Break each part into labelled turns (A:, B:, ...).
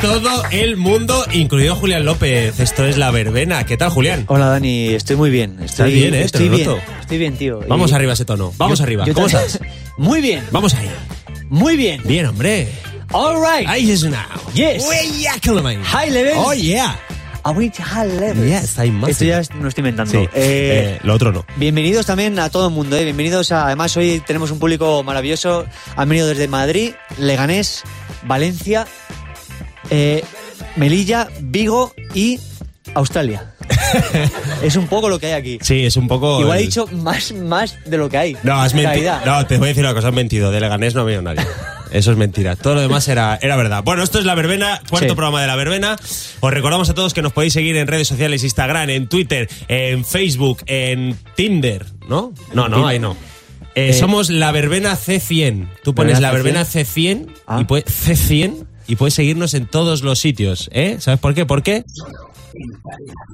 A: todo el mundo, incluido Julián López. Esto es La Verbena. ¿Qué tal, Julián?
B: Hola Dani, estoy muy bien. Estoy
A: bien, ¿eh? Te
B: Estoy
A: lo
B: bien,
A: noto.
B: estoy bien, tío.
A: Vamos
B: Y-
A: arriba ese tono. Vamos
B: yo-
A: arriba.
B: yo
A: ¿Cómo
B: también-
A: estás?
B: Muy bien,
A: Vamos ahí.
B: muy bien.
A: Bien, hombre.
B: All right.
A: Ahí es una.
B: Yes.
A: Way yeah, Colombine.
B: High levels.
A: Oh, yeah.
B: A with high levels.
A: Yes, I must.
B: Esto ya es- no estoy inventando.
A: Sí.
B: Eh,
A: Eh, lo otro no.
B: Bienvenidos también a todo el mundo, ¿eh? bienvenidos a, además hoy tenemos un público maravilloso, han venido desde Madrid, Leganés, Valencia, eh, Melilla, Vigo y Australia. es un poco lo que hay aquí.
A: Sí, es un poco.
B: Igual he
A: el-
B: dicho más, más de lo que hay.
A: No, has
B: En
A: mentido.
B: realidad.
A: No, te voy a decir una cosa, has mentido. De Leganés no ha venido nadie. Eso es mentira. Todo lo demás era, era verdad. Bueno, esto es La Verbena, cuarto
B: Sí.
A: programa de La Verbena. Os recordamos a todos que nos podéis seguir en redes sociales, Instagram, en Twitter, en Facebook, en Tinder, ¿no? No, no, ahí no. Eh,
B: Eh,
A: somos La Verbena C100. Tú pones La Verbena
B: ¿Verbena
A: C100
B: Ah.
A: y puedes, C100 y puedes seguirnos en todos los sitios, ¿eh? ¿Sabes por qué? ¿Por qué?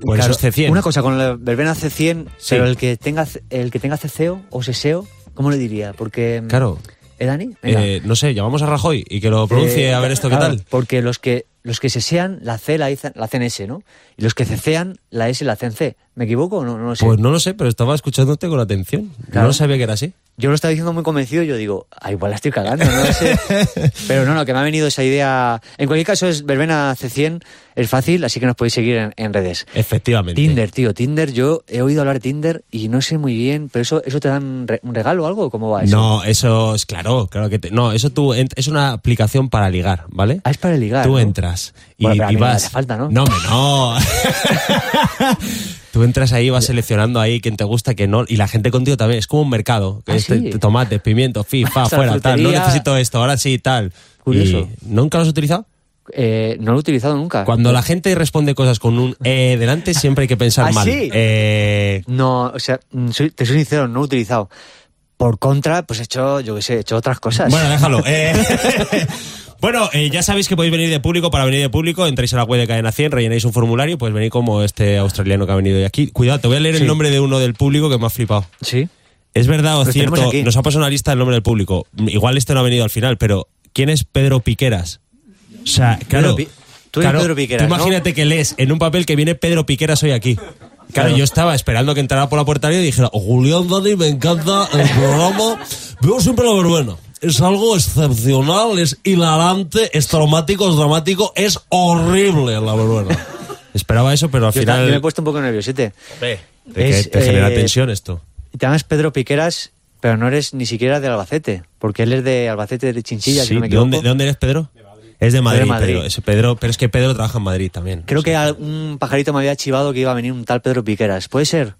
A: Por
B: Claro,
A: eso es C100.
B: Una cosa, con la verbena C100,
A: Sí.
B: pero el que tenga el que tenga CCO o CSEO, ¿cómo le diría? Porque... mm,
A: Claro.
B: ¿Eh, Dani? Venga.
A: Eh, no sé, llamamos a Rajoy y que lo pronuncie
B: Eh,
A: a ver esto qué
B: claro,
A: tal.
B: Porque los que los que se sean la C la, izan- la hacen S, ¿no? Y los que se sean la S la hacen C. ¿Me equivoco? No, no lo sé.
A: Pues no lo sé, pero estaba escuchándote con atención.
B: Claro.
A: No sabía que era así.
B: Yo lo estaba diciendo muy convencido y yo digo, ah, igual la estoy cagando, no lo sé. Pero no, no, que me ha venido esa idea. En cualquier caso, es verbena C100, es fácil, así que nos podéis seguir en, en redes.
A: Efectivamente.
B: Tinder, tío, Tinder, yo he oído hablar de Tinder y no sé muy bien, pero eso, eso te dan un re- un regalo o algo, ¿cómo va eso?
A: No, eso es claro, claro que te- no, eso tú ent- es una aplicación para ligar, ¿vale?
B: Ah, es para ligar.
A: Tú
B: ¿no?
A: entras y,
B: Bueno, pero a
A: y
B: mí no me
A: vas.
B: hace falta, ¿no?
A: No, hombre, no. Tú entras ahí, vas seleccionando ahí quién te gusta, quién no. Y la gente contigo también. Es como un mercado. que
B: Ah,
A: es te-
B: sí.
A: te- tomates, pimientos, fifa,
B: Vas a la
A: fuera, tal. No
B: frutería.
A: necesito esto, ahora sí, tal.
B: Curioso.
A: Y- ¿Nunca lo has utilizado?
B: Eh, no lo he utilizado nunca.
A: Cuando la gente responde cosas con un eh delante, siempre hay que pensar
B: pues ¿Ah,
A: mal.
B: sí?
A: Eh,
B: No, o sea, mm, soy- te soy sincero, no lo he utilizado. Por contra, pues he hecho, yo qué sé, he hecho otras cosas.
A: Bueno, déjalo. Eh, bueno, eh, ya sabéis que podéis venir de público. Para venir de público, entráis a la web de Cadena 100, rellenáis un formulario, pues venir como este australiano que ha venido hoy aquí. Cuidado, te voy a leer
B: Sí.
A: el nombre de uno del público que me ha flipado.
B: sí.
A: ¿Es verdad o
B: Los tenemos
A: cierto?
B: aquí.
A: Nos ha pasado una lista del nombre del público. Mm, Igual este no ha venido al final, pero ¿quién es Pedro Piqueras? O sea, claro.
B: Pedro Pi- tú eres Pedro Piqueras,
A: tú
B: ¿no?
A: imagínate que lees en un papel que viene Pedro Piqueras hoy aquí. Claro,
B: Claro.
A: yo estaba esperando que entrara por la portería y dijera, "Oh, Julián Dani, me encanta el programa. Veo siempre la verbena. Es algo excepcional, es hilarante, es traumático, es dramático, es horrible la verbena. Esperaba eso, pero al
B: Yo, ta-
A: final...
B: yo me he puesto un poco nerviosete.
A: Ve, de que
B: Es,
A: te genera
B: eh,
A: tensión esto.
B: Y Te llamas Pedro Piqueras, pero no eres ni siquiera del Albacete, porque él es de Albacete de Chinchilla,
A: Sí,
B: si no me
A: ¿de,
B: equivoco.
A: dónde, de dónde eres, Pedro? Es de Madrid,
B: de Madrid.
A: Pedro. Es Pedro- Pero es que Pedro trabaja en Madrid también.
B: Creo
A: Sí.
B: que algún pajarito me había chivado que iba a venir un tal Pedro Piqueras. ¿Puede ser?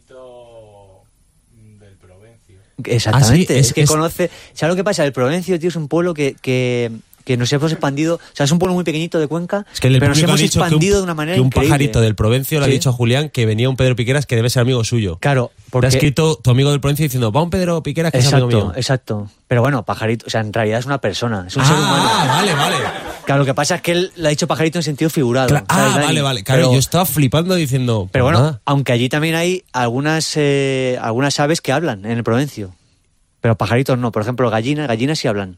C: pajarito del Provencio.
B: Exactamente.
A: Ah, sí,
B: es,
A: es-
B: que
A: es-
B: conoce. ¿Sabes lo que pasa? El Provencio, tío, es un pueblo que, que, que nos hemos expandido. O sea, es un pueblo muy pequeñito de Cuenca,
A: Es que el
B: pero nos
A: público ha
B: hemos
A: dicho que un-
B: expandido de una manera
A: que un
B: increíble.
A: pajarito del Provencio le
B: Sí.
A: ha dicho a Julián que venía un Pedro Piqueras que debe ser amigo suyo.
B: Claro,
A: Te
B: porque.
A: ha escrito tu amigo del Provencio diciendo, va un Pedro Piqueras que es amigo mío.
B: Exacto, exacto. Pero bueno, pajarito, o sea, en realidad es una persona, es un ser humano.
A: ah, vale, vale.
B: Claro, lo que pasa es que él le ha dicho pajarito en sentido figurado.
A: Cla-
B: ¿sabes,
A: ah,
B: Dani?
A: vale, vale. Claro,
B: pero,
A: yo estaba flipando diciendo.
B: pero bueno,
A: "Ah".
B: aunque allí también hay algunas, eh, algunas aves que hablan en el Provencio. Pero pajaritos no. Por ejemplo, gallinas, gallinas sí hablan.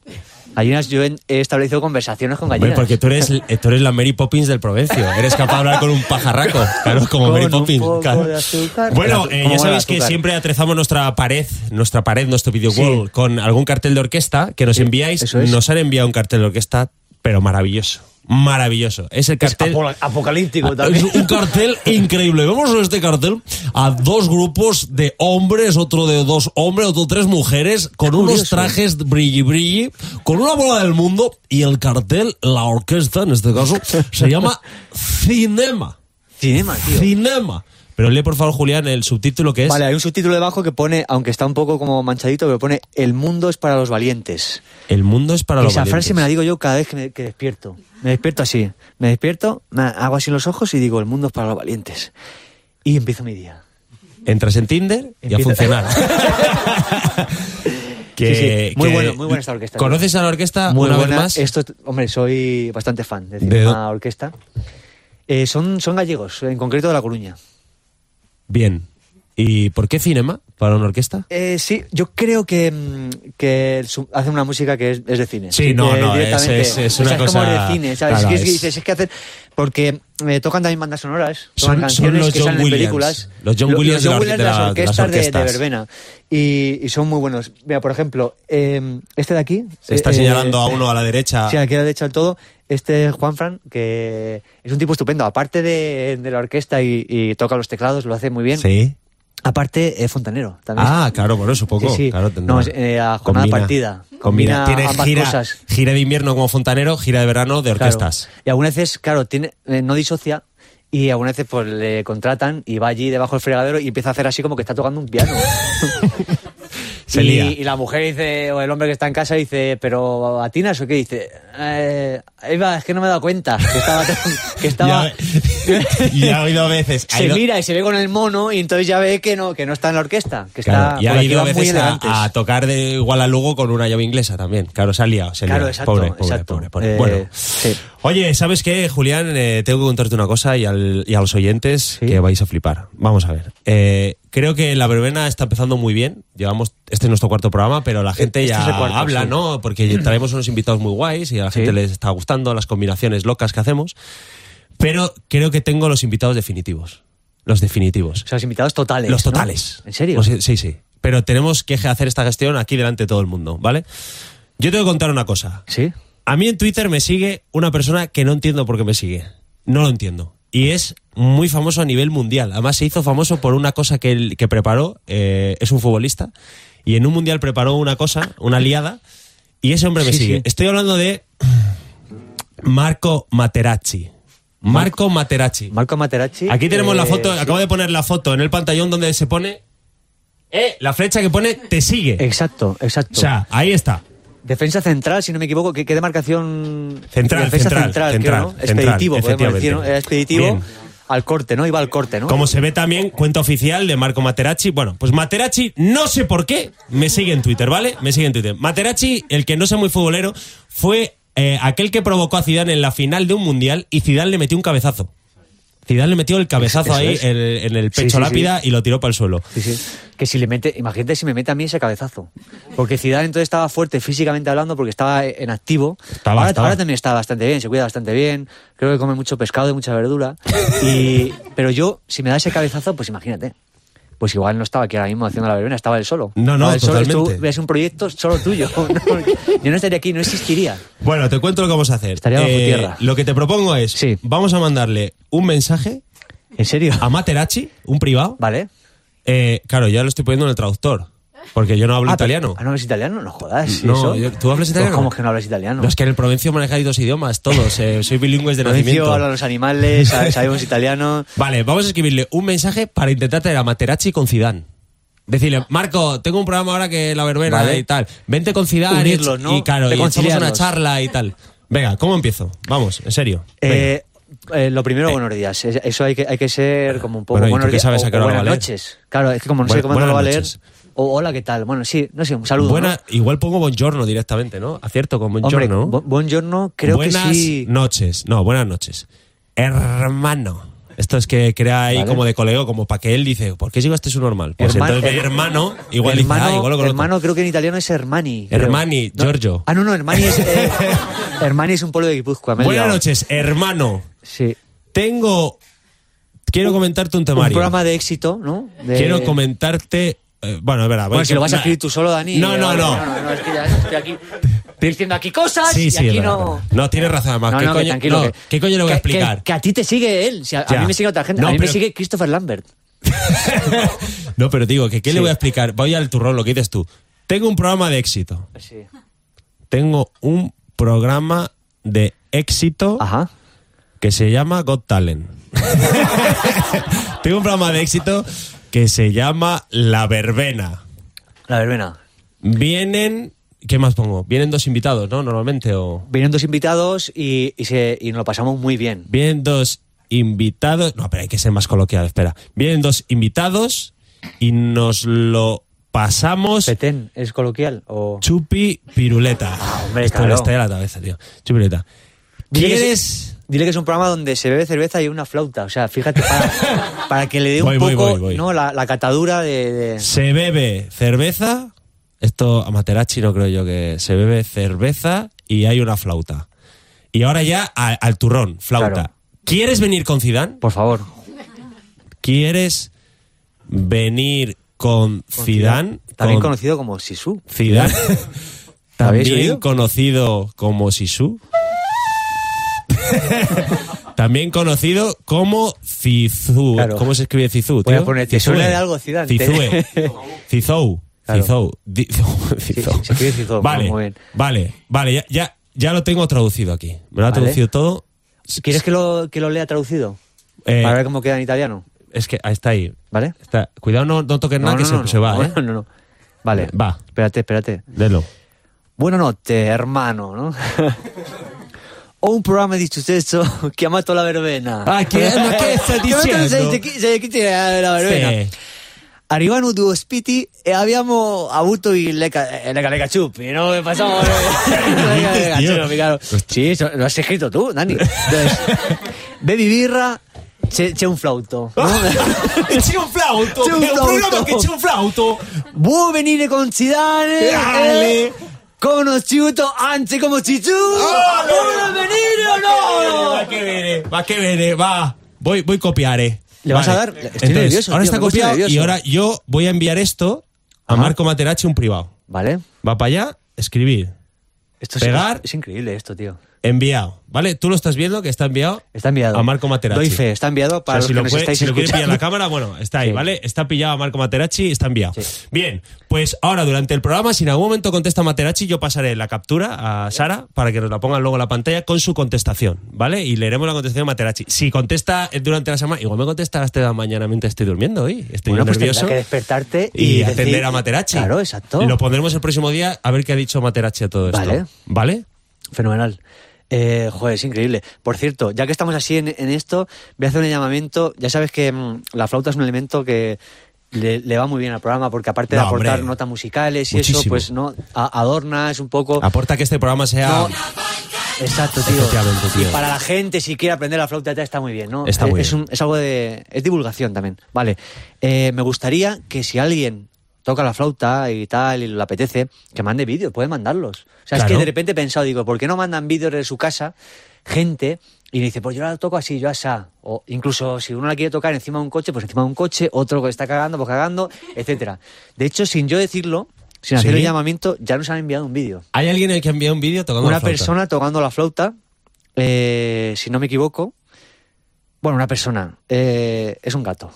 B: Gallinas, yo he he establecido conversaciones con
A: Hombre,
B: gallinas.
A: porque tú eres, eh, tú eres la Mary Poppins del Provencio. Eres capaz de hablar con un pajarraco. Claro, como
B: Con
A: Mary
B: un
A: Poppins.
B: poco
A: claro.
B: de azúcar.
A: Bueno,
B: Como
A: eh,
B: mola
A: ya
B: el
A: sabéis que
B: azúcar.
A: siempre atrezamos nuestra pared, nuestra pared, nuestro video
B: Sí.
A: wall con algún cartel de orquesta que nos enviáis.
B: eso es.
A: Nos han enviado un cartel de orquesta, pero maravilloso. Maravilloso. Es el cartel.
B: Apo- apocalíptico
A: Ah, Es un cartel increíble. Vemos en este cartel a dos grupos de hombres, otro de dos hombres, otro tres mujeres, con unos
B: curioso.
A: trajes brilli brilli, con una bola del mundo y el cartel, la orquesta en este caso, se llama Cinema.
B: Cinema, tío.
A: Cinema. Pero lee por favor, Julián, el subtítulo que es.
B: Vale, hay un subtítulo debajo que pone, aunque está un poco como manchadito, pero pone El mundo es para los valientes.
A: El mundo es para los
B: Esa
A: valientes.
B: frase me la digo yo cada vez que, me, que despierto. Me despierto así. Me despierto, me hago así los ojos y digo, el mundo es para los valientes. Y empiezo mi día.
A: Entras en Tinder y a
B: Empieza-
A: funcionar. Que-
B: Sí, sí. Muy
A: que-
B: bueno, muy buena esta orquesta.
A: ¿Conoces a la orquesta
B: Muy
A: Ah, una
B: buena.
A: vez más?
B: Esto, hombre, soy bastante fan de
A: ¿De
B: la
A: dó-
B: orquesta. Eh, son, son gallegos, en concreto de La Coruña.
A: Bien. ¿Y por qué cinema? para una orquesta?
B: Eh, sí, yo creo que, mm, que el su- hacen una música que es, es de cine.
A: Sí, no,
B: Que
A: no, es-
B: directamente-
A: es- es
B: o sea,
A: una
B: como
A: cosa-
B: de cine, ¿sabes?
A: claro,
B: es, que,
A: es-
B: dices, es que hacen... Porque eh, tocan también bandas sonoras, tocan
A: Son- son
B: canciones
A: los
B: que
A: John
B: salen en
A: Williams.
B: películas.
A: Los John
B: Lo-
A: Williams de la- de la- de las
B: orquestas de,
A: orquestas.
B: verbena. Y, y son muy buenos. Mira, por ejemplo, eh, este de aquí...
A: Se está
B: eh,
A: señalando a
B: eh,
A: uno a la derecha.
B: Sí, aquí a la derecha del todo. Este es Juanfran, que es un tipo estupendo. Aparte de, de la orquesta y, y toca los teclados, lo hace muy bien.
A: Sí.
B: Aparte, es fontanero también.
A: Ah, claro, bueno, supongo.
B: Sí, sí.
A: Claro, tendrá-
B: No, es, eh, a jornada partida.
A: Combina,
B: Combina
A: Tienes
B: ambas
A: gira,
B: cosas.
A: gira de invierno como fontanero, gira de verano de
B: Claro.
A: orquestas.
B: Y algunas veces, claro, tiene, eh, no disocia y algunas veces pues le contratan y va allí debajo del fregadero y empieza a hacer así como que está tocando un piano.
A: Se
B: y,
A: lía.
B: y la mujer dice, o el hombre que está en casa dice, ¿pero atinas o qué? Dice, eh, Eva, es que no me he dado cuenta que estaba... Que estaba
A: Y ha oído a veces. ha
B: se
A: ido-
B: mira y se ve con el mono y entonces ya ve que no, que no está en la orquesta, que
A: Claro,
B: está
A: y
B: por
A: ha
B: aquí
A: ido a
B: van muy
A: veces
B: elegantes.
A: a, a tocar de igual a Lugo con una llave inglesa también. Claro, se ha liado. se ha
B: Claro,
A: liado.
B: exacto,
A: Pobre, pobre,
B: exacto.
A: pobre, pobre.
B: Eh,
A: bueno.
B: sí.
A: Oye, ¿sabes qué, Julián? Eh, tengo que contarte una cosa y, al- y a los oyentes
B: Sí.
A: que vais a flipar. Vamos a ver. Eh, creo que la verbena está empezando muy bien. Llevamos, este es nuestro cuarto programa, pero la gente
B: Este
A: ya
B: es el cuarto,
A: habla,
B: sí.
A: ¿no? Porque traemos unos invitados muy guays y a la gente les está gustando las combinaciones locas que hacemos. Pero creo que tengo los invitados definitivos. Los definitivos.
B: O sea, los invitados totales.
A: Los
B: ¿no?
A: totales.
B: ¿En serio?
A: O sea, sí, sí. Pero tenemos que hacer esta gestión aquí delante de todo el mundo, ¿vale? Yo te voy a contar una cosa.
B: Sí.
A: A mí en Twitter me sigue una persona que no entiendo por qué me sigue. No lo entiendo. Y es muy famoso a nivel mundial. Además se hizo famoso por una cosa que, él, que preparó. eh, es un futbolista. Y en un mundial preparó una cosa, una liada. Y ese hombre me
B: Sí,
A: sigue.
B: sí.
A: Estoy hablando de Marco Materazzi. Marco Materazzi.
B: Marco Materazzi.
A: Aquí tenemos la
B: eh,
A: foto, acabo de poner la foto en el pantallón donde se pone. Eh, la flecha que pone te sigue.
B: Exacto,
A: O
B: exacto.
A: sea, ahí está.
B: defensa central, si no me equivoco, ¿qué, qué demarcación?
A: Central,
B: defensa
A: central, central,
B: creo, ¿no?
A: central,
B: Expeditivo, podemos decir, ¿no?
A: efectivamente.
B: Era expeditivo
A: Bien.
B: al corte, ¿no? Iba al corte, ¿no?
A: Como se ve también, cuenta oficial de Marco Materazzi. Bueno, pues Materazzi, no sé por qué, me sigue en Twitter, ¿vale? Me sigue en Twitter. Materazzi, el que no sea muy futbolero, fue eh, aquel que provocó a Zidane en la final de un mundial y Zidane le metió un cabezazo. Zidane le metió el cabezazo
B: Eso
A: ahí
B: es.
A: en, en el
B: Sí,
A: pecho
B: sí,
A: lápida y lo tiró para el suelo.
B: Sí, sí. Que si le mete, imagínate si me mete a mí ese cabezazo. Porque Zidane entonces estaba fuerte físicamente hablando porque estaba en activo.
A: Estaba,
B: ahora,
A: estaba.
B: ahora también está bastante bien, se cuida bastante bien. Creo que come mucho pescado y mucha verdura. Y, pero yo, si me da ese cabezazo, pues imagínate. Pues igual no estaba aquí ahora mismo haciendo la verbena, estaba él solo.
A: No, no,
B: Estaba él solo.
A: totalmente.
B: Esto es un proyecto solo tuyo. No, yo no estaría aquí, no existiría.
A: Bueno, te cuento lo que vamos a hacer. Eh,
B: Estaría bajo tierra.
A: Lo que te propongo es,
B: Sí.
A: vamos a mandarle un mensaje
B: ¿En serio?
A: a Materazzi, un privado.
B: Ah, ¿Vale? Ah,
A: Eh, claro, ya lo estoy poniendo en el traductor, porque yo no hablo
B: Ah,
A: italiano.
B: pero- Ah, no hablas italiano, no jodas. ¿y
A: No,
B: eso?
A: yo- ¿tú hablas
B: Pues,
A: italiano?
B: ¿Cómo que no hablas italiano?
A: No, es que en el provincio manejáis dos idiomas, todos. eh, soy bilingües de
B: Provencio,
A: nacimiento.
B: hablan los animales, sabe- sabemos italiano.
A: Vale, vamos a escribirle un mensaje para intentar tener a Materazzi con Zidane. Decirle, Marco, tengo un programa ahora que la verbena
B: Vale.
A: y tal. Vente con Zidane
B: Unirlos,
A: y,
B: ¿no?
A: y claro, y echamos una
B: Reconciliarlos.
A: charla y tal. Venga, ¿cómo empiezo? Vamos, en serio. venga.
B: Eh, eh, lo primero, buenos días. Es- Eso hay que, hay que ser como un poco.
A: Bueno, ¿y
B: buenos
A: tú qué
B: días
A: sabes a
B: o-
A: qué hora
B: o
A: lo va a
B: buenas
A: leer?
B: noches. Claro, es que como no sé
A: Buena-
B: cómo lo va a
A: buenas
B: leer.
A: noches.
B: O hola, ¿qué tal? Bueno, sí, no sé, un saludo.
A: Buena,
B: ¿no?
A: Igual pongo buongiorno directamente, ¿no? Acierto con
B: Hombre,
A: buongiorno. ¿no?
B: bu- buongiorno, creo
A: buenas
B: que sí.
A: noches. No, buenas noches. Hermano. Esto es que crea ahí
B: Vale.
A: como de coleo, como para que él dice, ¿por qué llegó este su normal? Pues
B: Hermano-
A: entonces ve
B: her-
A: hermano, igual
B: hermano,
A: dice, ah, igual lo conozco.
B: hermano, creo que en italiano es Hermani. creo.
A: Hermani,
B: No,
A: Giorgio.
B: Ah, no, no, Hermani es, eh, Hermani es un pueblo de Guipúzcoa. me he
A: Buenas
B: liado.
A: noches, hermano.
B: Sí.
A: Tengo. Quiero comentarte un
B: Un
A: temario.
B: programa de éxito, ¿no? De-
A: Quiero comentarte. eh, bueno, es verdad. voy
B: Bueno, si lo vas a
A: na-
B: escribir tú solo, Dani.
A: No,
B: eh,
A: no,
B: vale,
A: no.
B: No, no, es que ya estoy aquí diciendo aquí cosas
A: Sí,
B: y
A: sí,
B: aquí
A: es verdad,
B: no.
A: verdad. No, tienes razón, además.
B: No,
A: Ah, ¿Qué,
B: no, que
A: coño,
B: tranquilo.
A: no,
B: que-
A: ¿Qué coño le voy a
B: que-
A: explicar?
B: Que, que a ti te sigue él. si a, a
A: Ya.
B: mí me sigue otra gente.
A: No,
B: a mí
A: pero-
B: me sigue Christopher Lambert.
A: no, pero digo, que ¿qué le
B: Sí.
A: voy a explicar? Voy al turrón, lo que dices tú. Tengo un programa de éxito.
B: Sí.
A: Tengo un programa de éxito.
B: Ajá.
A: que se llama Got Talent. Tengo un programa de éxito que se llama La Verbena.
B: La verbena.
A: Vienen. ¿Qué más pongo? Vienen dos invitados, ¿no? Normalmente, o.
B: Vinieron dos invitados y, y, se, y nos lo pasamos muy bien.
A: Vienen dos invitados. No, pero hay que ser más coloquial, espera. Vienen dos invitados y nos lo pasamos.
B: ¿Petén es coloquial o...?
A: Chupi piruleta.
B: Ah, hombre,
A: Esto
B: claro.
A: le está de la cabeza, tío. Chupi piruleta.
B: Dile que
A: ¿Quieres
B: Dile que es un programa donde se bebe cerveza y una flauta. O sea, fíjate, para, para que le dé un
A: Voy, voy,
B: poco
A: voy, voy.
B: ¿no? La, la catadura de... de-
A: Se bebe cerveza. Esto Amaterachi no creo yo que se bebe cerveza y hay una flauta. Y ahora ya a- al turrón, flauta.
B: Claro.
A: ¿Quieres venir con Zidane?
B: Por favor.
A: ¿Quieres venir con Zidane?
B: También
A: Con
B: conocido como Sisu.
A: Zidane.
B: ¿Lo habéis
A: También
B: oído?
A: conocido como Sisu. También conocido como Zizou.
B: Claro.
A: ¿Cómo se escribe Zizou?
B: Voy a
A: tío?
B: poner, ¿te
A: Zizou.
B: suena de algo, Zidane?
A: Zizou. Zizou.
B: Claro.
A: Zizou. Di- Zizou.
B: se escribe Zizou,
A: Vale,
B: muy bien.
A: vale, vale. Ya, ya, ya lo tengo traducido aquí. Me lo ha
B: Vale.
A: traducido todo.
B: ¿Quieres que lo, que lo lea traducido?
A: Eh,
B: Para ver cómo queda en italiano.
A: Es que ahí está ahí.
B: ¿Vale?
A: Está. Cuidado, no, no toques nada que se, se va,
B: no,
A: ¿eh?
B: no, no. Vale.
A: Va.
B: Espérate, espérate.
A: Delo.
B: Buona notte, hermano, no? Ho un programma di successo chiamato La Verbena.
A: Ah, che- ma che stai dicendo?
B: Sei, sei, chi è La Verbena?
A: Sì.
B: Arrivano due ospiti e abbiamo avuto il Leca eh, Leca Leca Ciuppi, no? Che Facciamo Leca Leca
A: Dio.
B: Ciuppi, caro. Sì, so- lo hai scritto tu, Dani. Dai. Bevi birra, c'è, c'è un flauto. no?
A: E c'è un flauto!
B: C'è un
A: È
B: flauto.
A: problema che c'è un flauto!
B: Vuoi venire con Zidane?
A: Ale.
B: Eh, conosciuto, anzi come Zizou! Vuoi venire o no?
A: Va che bene, va che bene, va. Voy, voy a copiar. eh.
B: Le vas a dar- estoy
A: Entonces,
B: nervioso,
A: ahora
B: tío,
A: está
B: me he puesto
A: copiado y
B: nervioso.
A: ahora yo voy a enviar esto a
B: Ajá.
A: Marco Materachi un privado.
B: Vale.
A: Va para allá, escribir,
B: Esto
A: Pegar.
B: Es, es increíble esto, tío.
A: enviado. ¿Vale? Tú lo estás viendo que está enviado.
B: Está enviado.
A: A Marco Materazzi.
B: Doy fe, está enviado para
A: O sea,
B: los que
A: si lo,
B: nos
A: puede-
B: estáis
A: si lo quiere pillar
B: escuchando.
A: la cámara, bueno, está ahí,
B: Sí.
A: ¿vale? Está pillado a Marco Materazzi, está enviado. Bien, pues ahora durante el programa, si en algún momento contesta Materazzi, yo pasaré la captura a Sara para que nos la pongan luego en la pantalla con su contestación, ¿vale? Y leeremos la contestación de Materazzi. Si contesta eh, durante la semana, igual me contesta a las 3 de la mañana mientras estoy durmiendo hoy. Estoy
B: Bueno, pues
A: nervioso.
B: tendrá que despertarte y,
A: y,
B: decir-
A: atender a Materazzi.
B: Claro, exacto.
A: Lo pondremos el próximo día a ver qué ha dicho Materazzi a todo esto.
B: Vale.
A: ¿Vale?
B: Fenomenal. Eh, joder, es increíble. Por cierto, ya que estamos así en, en esto, voy a hacer un llamamiento. Ya sabes que mm, la flauta es un elemento que le, le va muy bien al programa, porque aparte
A: No,
B: de aportar
A: hombre.
B: notas musicales y eso,
A: Muchísimo.
B: pues no A- adornas un poco.
A: Aporta que este programa sea...
B: Oh. No, Exacto, tío.
A: Efectivamente, tío.
B: Y para la gente, si quiere aprender la flauta, ya está muy bien, ¿no?
A: Está
B: es,
A: muy
B: es
A: bien.
B: un- es algo de. Es divulgación también. Vale. Eh, me gustaría que si alguien toca la flauta y tal, y le apetece, que mande vídeos, puede mandarlos. O sea, es
A: Claro.
B: que de repente he pensado, digo, ¿por qué no mandan vídeos de su casa gente y le dice, pues yo la toco así, yo asa? O incluso si uno la quiere tocar encima de un coche, pues encima de un coche, otro que está cagando, pues cagando, etcétera. De hecho, sin yo decirlo, sin hacer
A: Sí.
B: el llamamiento, ya nos han enviado un vídeo
A: ¿Hay alguien el que ha enviado un vídeo tocando
B: una
A: la flauta?
B: persona tocando la flauta, eh, si no me equivoco. Bueno, una persona. eh, es un gato.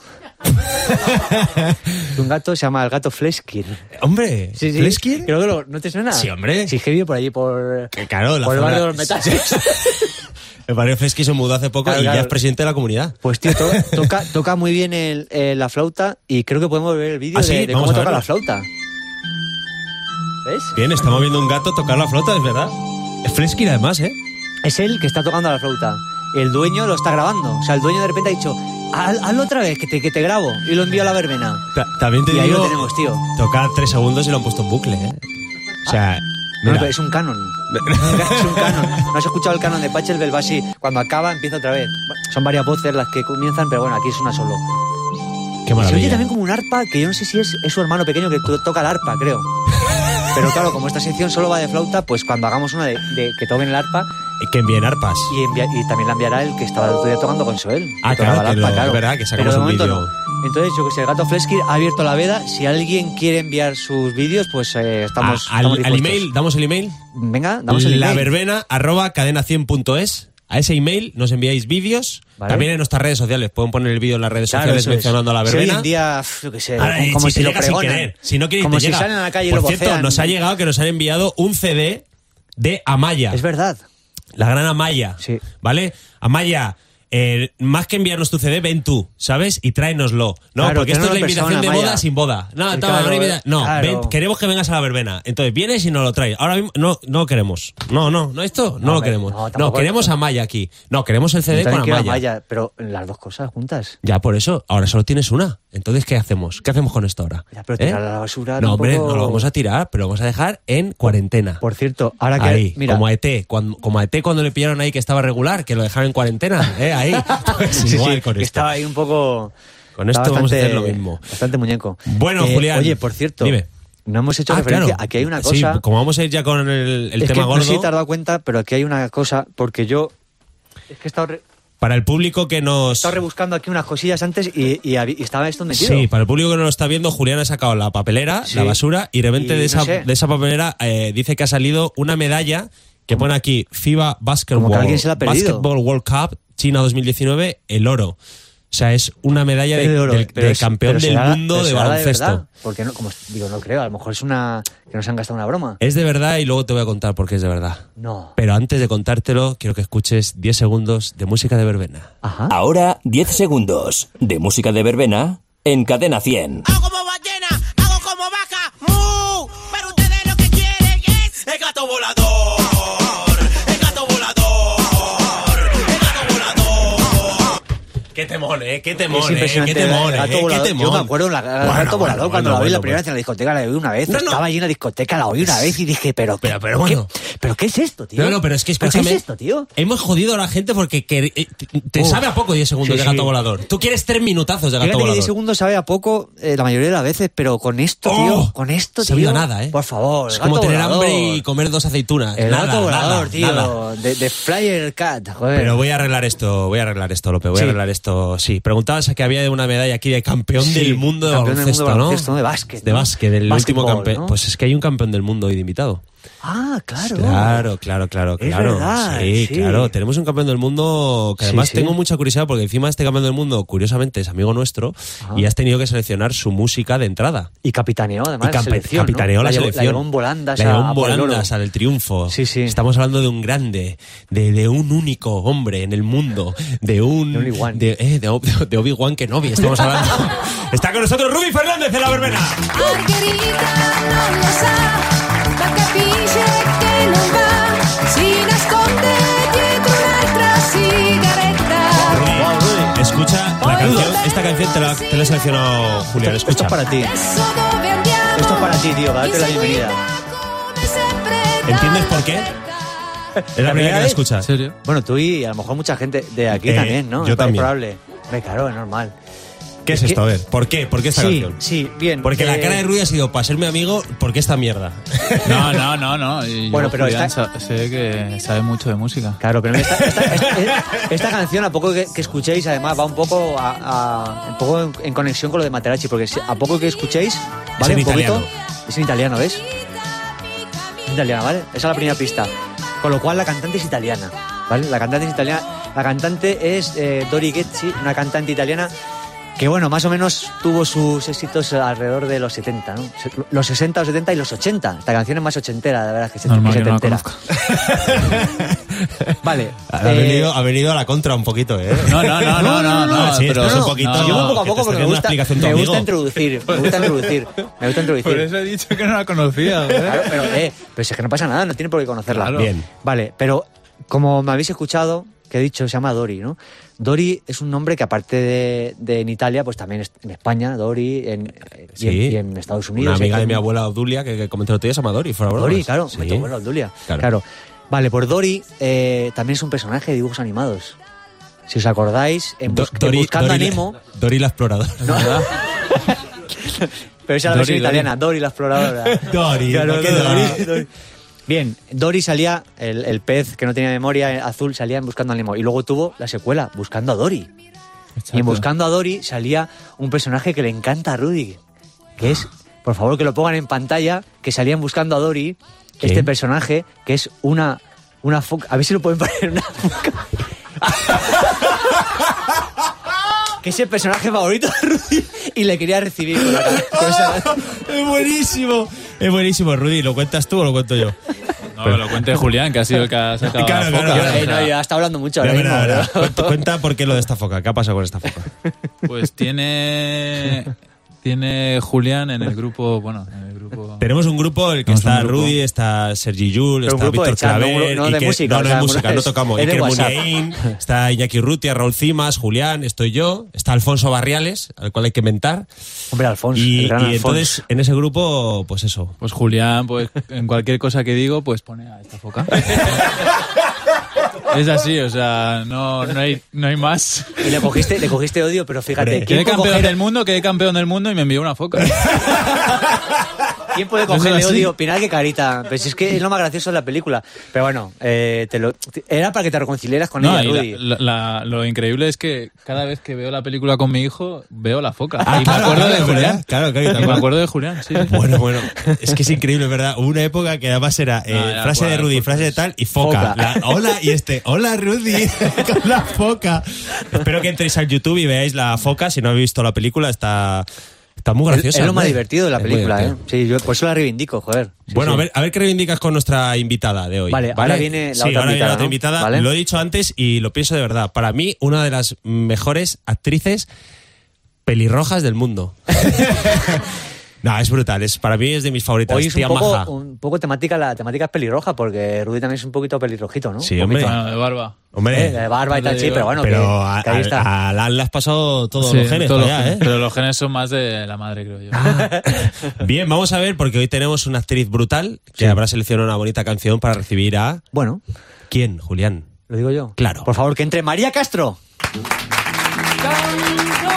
B: Es un gato se llama el gato Fleskir.
A: Hombre, ¿Fleskin?
B: Creo que lo- no te suena.
A: Sí, hombre.
B: Sí, es que vive por allí, por,
A: Que Eh, claro, la
B: por el
A: zona-
B: barrio de los metales.
A: El barrio Fresqui se mudó hace poco
B: Claro,
A: y ya
B: claro.
A: es presidente de la comunidad.
B: Pues tío, to- toca, toca muy bien el- eh, la flauta y creo que podemos ver el vídeo
A: ¿Ah,
B: de,
A: sí?
B: de
A: Vamos
B: cómo
A: a
B: toca
A: verlo.
B: la flauta. ¿Ves?
A: Bien, estamos viendo un gato tocar la flauta, es verdad. Es Fresqui además, ¿eh?
B: Es él que está tocando la flauta. El dueño lo está grabando. O sea, el dueño de repente ha dicho, "Haz- hazlo otra vez, que te, que te grabo. Y lo envío a la verbena.
A: Ta- también te
B: Y
A: digo,
B: ahí lo tenemos, tío.
A: tocar tres segundos y lo han puesto en bucle, ¿eh? O
B: Ah.
A: sea,
B: No,
A: mira,
B: pero es un canon. es un canon. ¿No has escuchado el canon de Pachel Belbasi? Cuando acaba, empieza otra vez. Bueno, Son varias voces las que comienzan, pero bueno, aquí es una solo.
A: qué
B: Y Se oye
A: maravilla.
B: también como un arpa, que yo no sé si es, es su hermano pequeño que to- toca el arpa, creo. Pero claro, como esta sección solo va de flauta, pues cuando hagamos una de, de que toquen el arpa,
A: Eh, Que envíen arpas.
B: Y, envia- y también la enviará el que estaba el otro día tocando con Soel. que
A: Ah,
B: tocaba
A: claro, que
B: la arpa,
A: lo- es verdad que sacamos
B: Pero de
A: un
B: momento
A: vídeo.
B: no. Entonces, yo que sé, el gato Fleskir ha abierto la veda. Si alguien quiere enviar sus vídeos, pues eh, estamos,
A: A- Ah, al,
B: estamos
A: al
B: dispuestos.
A: email, damos el email.
B: Venga, damos el
A: la
B: email.
A: verbena arroba cadena100.es. A ese email nos enviáis vídeos.
B: Vale.
A: También en nuestras redes sociales. Pueden poner el vídeo en las redes
B: Claro,
A: sociales
B: eso es.
A: mencionando a la
B: Si
A: verbena.
B: hoy en día, pf, yo qué sé,
A: Ahora,
B: como,
A: eh,
B: como si,
A: te
B: lo
A: llega sin
B: pregonan.
A: querer. Si no quieres,
B: como
A: te
B: si
A: llega.
B: salen a la calle y
A: Por
B: lo
A: cierto,
B: vocean.
A: nos ha llegado que nos han enviado un CD de Amaya.
B: Es verdad.
A: La gran Amaya.
B: Sí.
A: ¿Vale? Amaya, eh, más que enviarnos tu CD, ven tú, ¿sabes? Y tráenoslo. No,
B: Claro,
A: porque esto es la
B: tráenoslo en
A: invitación
B: persona,
A: de
B: Maya.
A: boda sin boda. No,
B: Sí,
A: toma,
B: claro,
A: no, invita- no
B: claro.
A: ven, queremos que vengas a la verbena. Entonces vienes y nos lo traes. Ahora mismo no, no queremos. No, no, no esto no, lo
B: hombre,
A: queremos.
B: no,
A: No,
B: tampoco-
A: queremos a Maya aquí. No, queremos el CD con
B: Yo también quiero a
A: Amaya.
B: Maya, pero las dos cosas juntas.
A: Ya, por eso, ahora solo tienes una. Entonces, ¿qué hacemos? ¿Qué hacemos con esto ahora? ¿Eh?
B: Ya, pero tirar a la basura
A: No, hombre,
B: tampoco-
A: no lo vamos a tirar, pero lo vamos a dejar en cuarentena.
B: Por cierto, ahora que.
A: Ahí,
B: mira,
A: como a ET, cuando, como a ET cuando le pillaron ahí que estaba regular, que lo dejaron en cuarentena, ¿eh? ahí. Pues
B: sí,
A: igual
B: sí,
A: con
B: que
A: esto.
B: estaba ahí un poco.
A: Con
B: estaba
A: esto vamos a hacer lo mismo.
B: Bastante muñeco. Eh,
A: Bueno, Julián,
B: Oye, por cierto,
A: dime.
B: no hemos hecho
A: Ah,
B: referencia.
A: claro.
B: Aquí hay una
A: Sí,
B: cosa.
A: como vamos a ir ya con el, el
B: es
A: tema
B: que pues
A: gordo,
B: no sé si te has dado cuenta, pero aquí hay una cosa, porque yo. Es que he estado, re- he
A: para el público que nos...
B: estado rebuscando aquí unas cosillas antes y, y hab- y estaba esto metido.
A: Sí, para el público que no lo está viendo, Julián ha sacado la papelera,
B: Sí.
A: la basura, y de repente de,
B: Y no
A: esa,
B: sé.
A: de esa papelera eh, dice que ha salido una medalla que pone aquí FIBA Basketball,
B: Como que alguien se la ha perdido.
A: Basketball World Cup China 2019, el oro. O sea, es una medalla de,
B: Pero de oro,
A: del-
B: pero
A: de
B: es-
A: campeón
B: pero
A: del
B: será-
A: mundo
B: pero
A: de
B: será
A: baloncesto.
B: verdad, porque no, como digo, no creo, a lo mejor es una. que nos han gastado una broma.
A: es de verdad y luego te voy a contar por qué es de verdad.
B: No.
A: Pero antes de contártelo, quiero que escuches 10 segundos de música de verbena.
B: Ajá.
D: Ahora 10 segundos de música de verbena en cadena 100.
E: Hago como ballena, hago como vaca, mu. Pero ustedes lo que quieren es el gato volador. El gato volador. El gato volador.
A: ¡Qué temón, eh! ¡Qué ¿eh?
B: Es impresionante. el gato volador. Yo me acuerdo la, la- el gato volador cuando la oí la primera vez en la discoteca, la oí una vez.
A: No, no.
B: Estaba allí en la discoteca, la oí una vez y dije, pero,
A: Pero- pero
B: ¿qué,
A: bueno.
B: ¿pero qué es esto, tío?
A: No, no, pero es que
B: ¿Pero qué
A: escúchame.
B: es esto, tío?
A: Hemos jodido a la gente porque que- eh, te- te
B: Uf.
A: sabe a poco 10 segundos
B: Sí,
A: de gato
B: sí.
A: volador. Tú quieres 3 minutazos de gato
B: Fíjate que 10
A: volador.
B: segundos sabe a poco eh, la mayoría de las veces, pero con esto, tío,
A: Oh,
B: con esto,
A: se ha
B: tío.
A: habido nada, ¿eh?
B: Por favor,
A: Es
B: el
A: como
B: gato
A: tener
B: volador.
A: hambre y comer dos aceitunas.
B: El
A: nada,
B: gato volador,
A: nada,
B: tío.
A: nada.
B: De, de Flyer Cat, joder.
A: Pero voy a arreglar esto, voy a arreglar esto, Lope, voy
B: Sí.
A: a arreglar esto. Sí, preguntabas a que había una medalla aquí de campeón
B: Sí,
A: del mundo de
B: campeón del
A: baloncesto,
B: mundo de
A: ¿no?
B: baloncesto, ¿no? De básquet,
A: De
B: ¿no?
A: básquet, el último
B: Básquetbol,
A: campeón.
B: ¿no?
A: Pues es que hay un campeón del mundo hoy de invitado.
B: Ah, claro.
A: Claro, claro, claro,
B: Es
A: claro.
B: verdad,
A: sí,
B: sí.
A: claro. Tenemos un campeón del mundo que
B: Sí,
A: además
B: sí.
A: tengo mucha curiosidad porque encima este campeón del mundo, curiosamente, es amigo nuestro y has tenido que seleccionar su música de entrada.
B: Y capitaneó,
A: Y
B: además, la
A: campe-
B: selección, ¿no?
A: capitaneó la,
B: llevó-
A: selección.
B: La llevó en volandas
A: La
B: a-
A: llevó en
B: a por el oro.
A: volandas al triunfo.
B: Sí, sí.
A: Estamos hablando de un grande, de, de un único hombre en el mundo, de un...
B: De Only One.
A: De, eh, de, Ob- de Obi-Wan Kenobi, estamos hablando. Está con nosotros Rubi Fernández de la verbena.
F: Margarita no lo sabe, va que finge que no va, si n'escolta llit una altra cigareta.
A: Rubi, escucha la canción. Esta canción te la, te la he seleccionado Julián,
B: Esto, esto
A: escucha.
B: es para ti.
F: Eso dove andiamo.
B: Esto es para ti, tío, para darte la bienvenida.
A: ¿Entiendes por qué? Es la primera que la
B: vez?
A: escuchas.
B: Bueno, tú y a lo mejor mucha gente de aquí
A: Eh,
B: también, ¿no?
A: yo
B: Es
A: también.
B: probable. Me claro, es normal.
A: ¿Qué es esto? A ver, ¿por qué? ¿Por qué esta
B: sí,
A: canción?
B: sí, bien.
A: Porque la
B: eh,
A: cara de Rubi ha sido, para ser mi amigo, ¿por qué esta mierda?
G: No, no, no, no. y yo,
B: Bueno, pero
G: Julián,
B: esta-
G: sa- sé que sabe mucho de música.
B: Claro, pero esta, esta, esta- esta canción, a poco que, que escuchéis, además va un poco, a- a- un poco en, en conexión con lo de Materazzi, porque si- a poco que escuchéis, ¿vale?
A: en
B: un poquito.
A: italiano.
B: Es en italiano, ¿ves? Es italiana, ¿vale? Esa es la primera pista. Con lo cual la cantante es italiana, ¿vale? La cantante es italiana. La cantante es eh, Dori Ghetzi, una cantante italiana que, bueno, más o menos tuvo sus éxitos alrededor de los 70, ¿no? Se- Los 60, los 70 y los 80. Esta canción es más ochentera, de verdad, que se-
G: Normal, yo no la
B: setentera. vale.
A: Ha,
B: eh,
A: venido, ha venido a la contra un poquito, ¿eh?
G: No, no, no, no, no, no,
A: sí, esto
G: pero
A: es un
G: no,
A: poquito-
G: no,
B: Yo voy
G: no,
B: poco a
A: que te
B: poco
A: está
B: porque me
A: haciendo
B: gusta,
A: una explicación tu
B: me gusta
A: amigo.
B: introducir, me gusta introducir, me gusta
G: Por
B: introducir.
G: eso he dicho que no la conocía, güey.
B: Claro, pero, eh, pero si es que no pasa nada, no tiene por qué conocerla.
G: Claro.
A: Bien.
B: Vale, pero como me habéis escuchado, que he dicho, se llama Dori, ¿no? Dori es un nombre que aparte de, de en Italia, pues también es- en España, Dori, en, eh, y,
A: Sí.
B: en, y en Estados Unidos.
A: Una amiga
B: en-
A: de mi abuela Obdulia que, que comentó el otro día se llama Dori, fuera
B: Dori,
A: bromas.
B: claro,
A: Sí.
B: me tocó la Obdulia,
A: Claro.
B: Claro. Vale, por Dori eh, también es un personaje de dibujos animados. Si os acordáis, en,
A: Do-
B: bus- en Pues Buscando
A: Dori
B: a
A: la-
B: Nemo...
A: Dori la exploradora.
B: Pero esa es la
A: Dory,
B: versión
A: Dory.
B: italiana, Dory la exploradora.
A: Dory, ¿por qué Dory?
B: Bien, Dory salía, el, el pez que no tenía memoria eh, azul salía en Buscando a Nemo. Y luego tuvo la secuela, Buscando a Dory. Y en Buscando a Dory salía un personaje que le encanta a Rudy, que es, por favor que lo pongan en pantalla, que salían Buscando a Dory,
A: ¿Quién?
B: este personaje que es una, una foca. A ver si lo pueden poner una foca. que es el personaje favorito de Rudy y le quería recibir con la cara. con esa-
A: es buenísimo. Es buenísimo, Rudy. ¿Lo cuentas tú o lo cuento yo?
G: No, que lo cuente Julián, que ha sido el que ha sacado
A: Claro,
G: la
A: claro,
G: foca.
A: claro.
G: O sea,
B: Eh, no, ya está hablando mucho ahora
A: Verá,
B: mismo.
A: verá, verá.
B: ¿verdad?
A: Cuenta, cuenta por qué lo de esta foca. ¿Qué ha pasado con esta foca?
G: Pues tiene. Tiene Julián en el grupo. Bueno, en el grupo.
A: Tenemos un grupo en el que
G: Tenemos
A: está
G: un grupo.
A: Rudy, está Sergi Yul,
B: Pero un
A: está
B: grupo de
A: Víctor
B: chat, no un
A: Claver,
B: gru- no de
A: Iker-
B: música,
A: no,
B: o
A: no
B: sea,
A: es música, no
B: algunas-
A: tocamos.
B: es de
A: Iker
B: WhatsApp.
A: Muniain, está Iñaki Rutia, Raúl Cimas, Julián, estoy yo, está Alfonso Barriales, al cual hay que mentar.
B: Hombre, Alfonso,
A: Y,
B: el gran
A: y
B: Alfonso.
A: entonces, en ese grupo, pues eso.
G: Pues Julián, pues en cualquier cosa que digo, pues pone a esta foca. es así, o sea, no, no, hay, no hay más.
B: Y le cogiste, le cogiste odio, pero fíjate,
A: Hombre.
B: ¿quién
G: Quedé
B: puede,
G: campeón
B: coger,
G: del mundo, quedé campeón del mundo y me envió una foca.
B: ¿quién puede
G: ¿No es
B: cogerle
G: así?
B: odio? Pinar, qué carita. Pero si es que es lo más gracioso de la película. Pero bueno, eh, te lo, te- era para que te reconciliaras con
G: No,
B: ella,
G: y
B: Rudy.
G: la- la- la- lo increíble es que cada vez que veo la película con mi hijo, veo la foca.
B: Ah,
G: y me acuerdo de Julián.
A: Ah, Claro, claro,
G: Y me acuerdo de Julián, sí. sí.
A: Bueno, bueno, es que es increíble, ¿verdad? Hubo una época que además era eh,
G: Ah, ya,
A: frase de
G: cuál,
A: Rudy,
G: pues,
A: frase de tal y foca.
B: Foca.
A: La- hola y este, hola Rudy, con la foca. Espero que entréis al YouTube y veáis la foca. Si no habéis visto la película, está, está muy
B: Es-
A: graciosa.
B: es lo más
A: hombre.
B: divertido de la
A: Es muy
B: película, ¿eh?
A: divertido.
B: Sí, yo por eso la reivindico, joder. Sí,
A: Bueno,
B: sí.
A: a ver, a ver qué reivindicas con nuestra invitada de hoy.
B: Vale, ahora viene la
A: Sí,
B: otra
A: ahora viene
B: invitada,
A: la otra
B: ¿no?
A: invitada.
B: Vale.
A: Lo he dicho antes y lo pienso de verdad. Para mí, una de las mejores actrices pelirrojas del mundo. no, es brutal. Es, para mí es de mis favoritas.
B: Hoy es un
A: Tía maja.
B: poco, un poco temática, la temática es pelirroja, porque Rudy también es un poquito pelirrojito, ¿no?
A: Sí, hombre.
G: Bueno, de barba.
A: Hombre,
B: Eh, de barba y tal, sí, pero bueno,
A: pero
B: que,
A: a,
B: que ahí está.
A: a- a Alan le has pasado todos
G: Sí,
A: los genes
G: todos los
A: para allá,
G: genes.
A: ¿eh? Ah.
G: Pero los genes son más de la madre, creo yo.
A: Bien, vamos a ver, porque hoy tenemos una actriz brutal que habrá seleccionado una bonita canción para recibir a.
B: Bueno,
A: ¿Quién, Julián?
B: lo digo yo.
A: Claro.
B: Por favor, que entre María Castro.
F: Tanto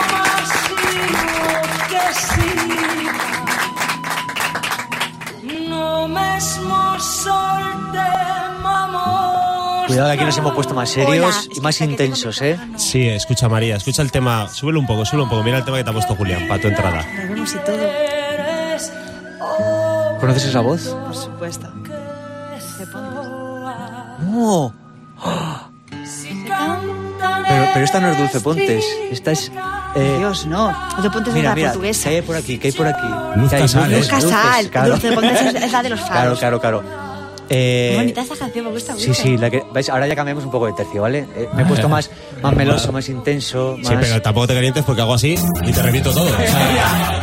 F: más lo que siga, No mesmo sol temamos
B: Cuidado, que aquí nos hemos puesto más ¿eh? serios y más intensos, ¿eh?
A: Sí, escucha María, escucha el tema. Súbelo un poco, súbelo un poco. Mira el tema que te ha puesto Julián para tu entrada.
H: Volvemos y todo,
F: oh,
B: ¿Conoces esa voz?
H: por supuesto.
B: No. Pero, pero esta no es Dulce Pontes. Esta es. eh,
H: Dios, no. Dulce Pontes
B: mira,
H: es la
B: mira,
H: portuguesa.
B: ¿Qué hay por aquí? ¿Qué hay por aquí?
A: Luz
B: ¿Qué hay?
A: Casal,
B: Luces,
A: ¿eh?
H: Luz Casal. Dulce Pontes es- es la de los
B: Claro,
H: faros.
B: claro, claro. Eh,
H: Qué bonita esta canción, me gusta mucho.
B: Sí, sí, la que, ¿veis? ahora ya cambiamos un poco de tercio, ¿vale? Eh, me he puesto más, más meloso, más intenso, más...
A: Sí, pero tampoco te calientes porque hago así y te reviento todo. O sea,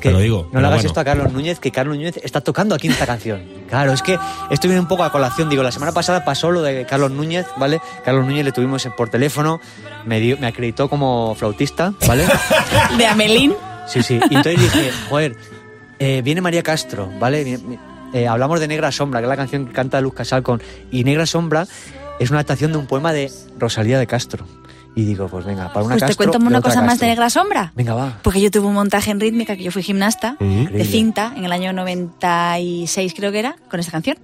B: que
A: te lo digo.
B: No le
A: pero
B: hagas
A: bueno.
B: esto a Carlos Núñez, que Carlos Núñez está tocando aquí en esta canción. Claro, es que esto viene un poco a colación. Digo, la semana pasada pasó lo de Carlos Núñez, ¿vale? Carlos Núñez le tuvimos por teléfono, me, dio, me acreditó como flautista, ¿vale?
H: De Amelín.
B: Sí, sí. Y entonces dije, joder, eh, viene María Castro, ¿vale? Viene- vi- eh, hablamos de Negra Sombra, que es la canción que canta Luz Casal con... Y Negra Sombra es una adaptación de un poema de Rosalía de Castro. Y digo, pues venga, para una
H: Pues te
B: Castro...
H: cuento
B: y
H: una
B: otra
H: cosa más
B: Castro.
H: de Negra Sombra.
B: Venga, va.
H: Porque yo tuve un montaje en rítmica, que yo fui gimnasta,
B: Increíble.
H: de cinta, en el año 96 creo que era, con esta canción.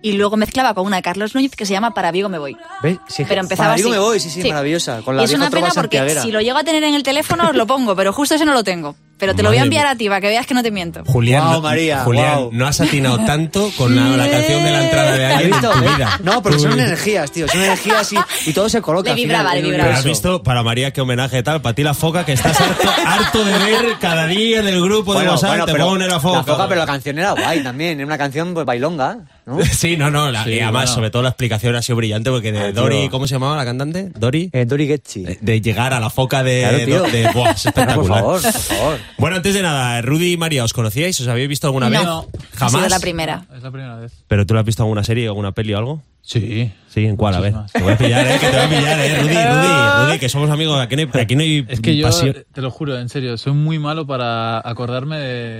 H: Y luego mezclaba con una de Carlos Núñez que se llama Para Vigo me voy.
B: ¿Ves? Sí,
H: Pero empezaba
B: Para Vigo
H: así.
B: me voy, sí, sí, maravillosa. Con la
H: y es
B: vieja
H: una pena
B: trova
H: porque
B: santiaguera.
H: si lo llego a tener en el teléfono os lo pongo, pero justo ese no lo tengo. Pero te lo voy a
A: Madre
H: enviar a ti para que veas que no te miento.
A: Julián,
B: Guau,
A: no-
B: María,
A: Julián,
B: guau.
A: no has atinado tanto con la, la canción de la entrada de
B: ¿Has
A: alguien en
B: visto?
A: tu
B: ¿Ves?
A: vida.
B: No, porque son energías, tío. Son energías y, y todo se coloca.
H: Le
B: al final
H: vibraba, le
B: en un
H: vibraba.
A: Pero has
B: universo.
A: visto para María qué homenaje tal, para ti la foca que estás harto, harto de ver cada día en el grupo de WhatsApp, te
B: pero
A: ponen la foca.
B: pero la canción era guay también. Era una canción pues, bailonga, ¿no?
A: Sí, no, no, la-
G: Sí,
A: y además,
G: bueno.
A: sobre todo la explicación ha sido brillante porque de
B: Ah,
A: Dori,
B: tío.
A: ¿cómo se llamaba la cantante? Dori.
B: Eh, Dori Getchi.
A: Eh, De llegar a la foca de.
B: Claro, tío.
A: de- de- buah, es espectacular.
B: Por favor, por favor.
A: Bueno, antes de nada, Rudy y María, ¿os conocíais? ¿Os habéis visto alguna vez?
H: No, ha
A: Jamás.
H: sido la primera.
G: Es la primera vez.
A: Pero tú la has visto en alguna serie, alguna peli o algo?
G: Sí.
A: Sí, ¿en cuál? A ver.
G: Muchísimas.
A: Te voy a pillar, eh, que te voy a pillar, eh. Rudy, Rudy, Rudy, que somos amigos. Aquí no hay, aquí no hay
G: Es que yo,
A: pasión.
G: te lo juro, en serio, soy muy malo para acordarme de,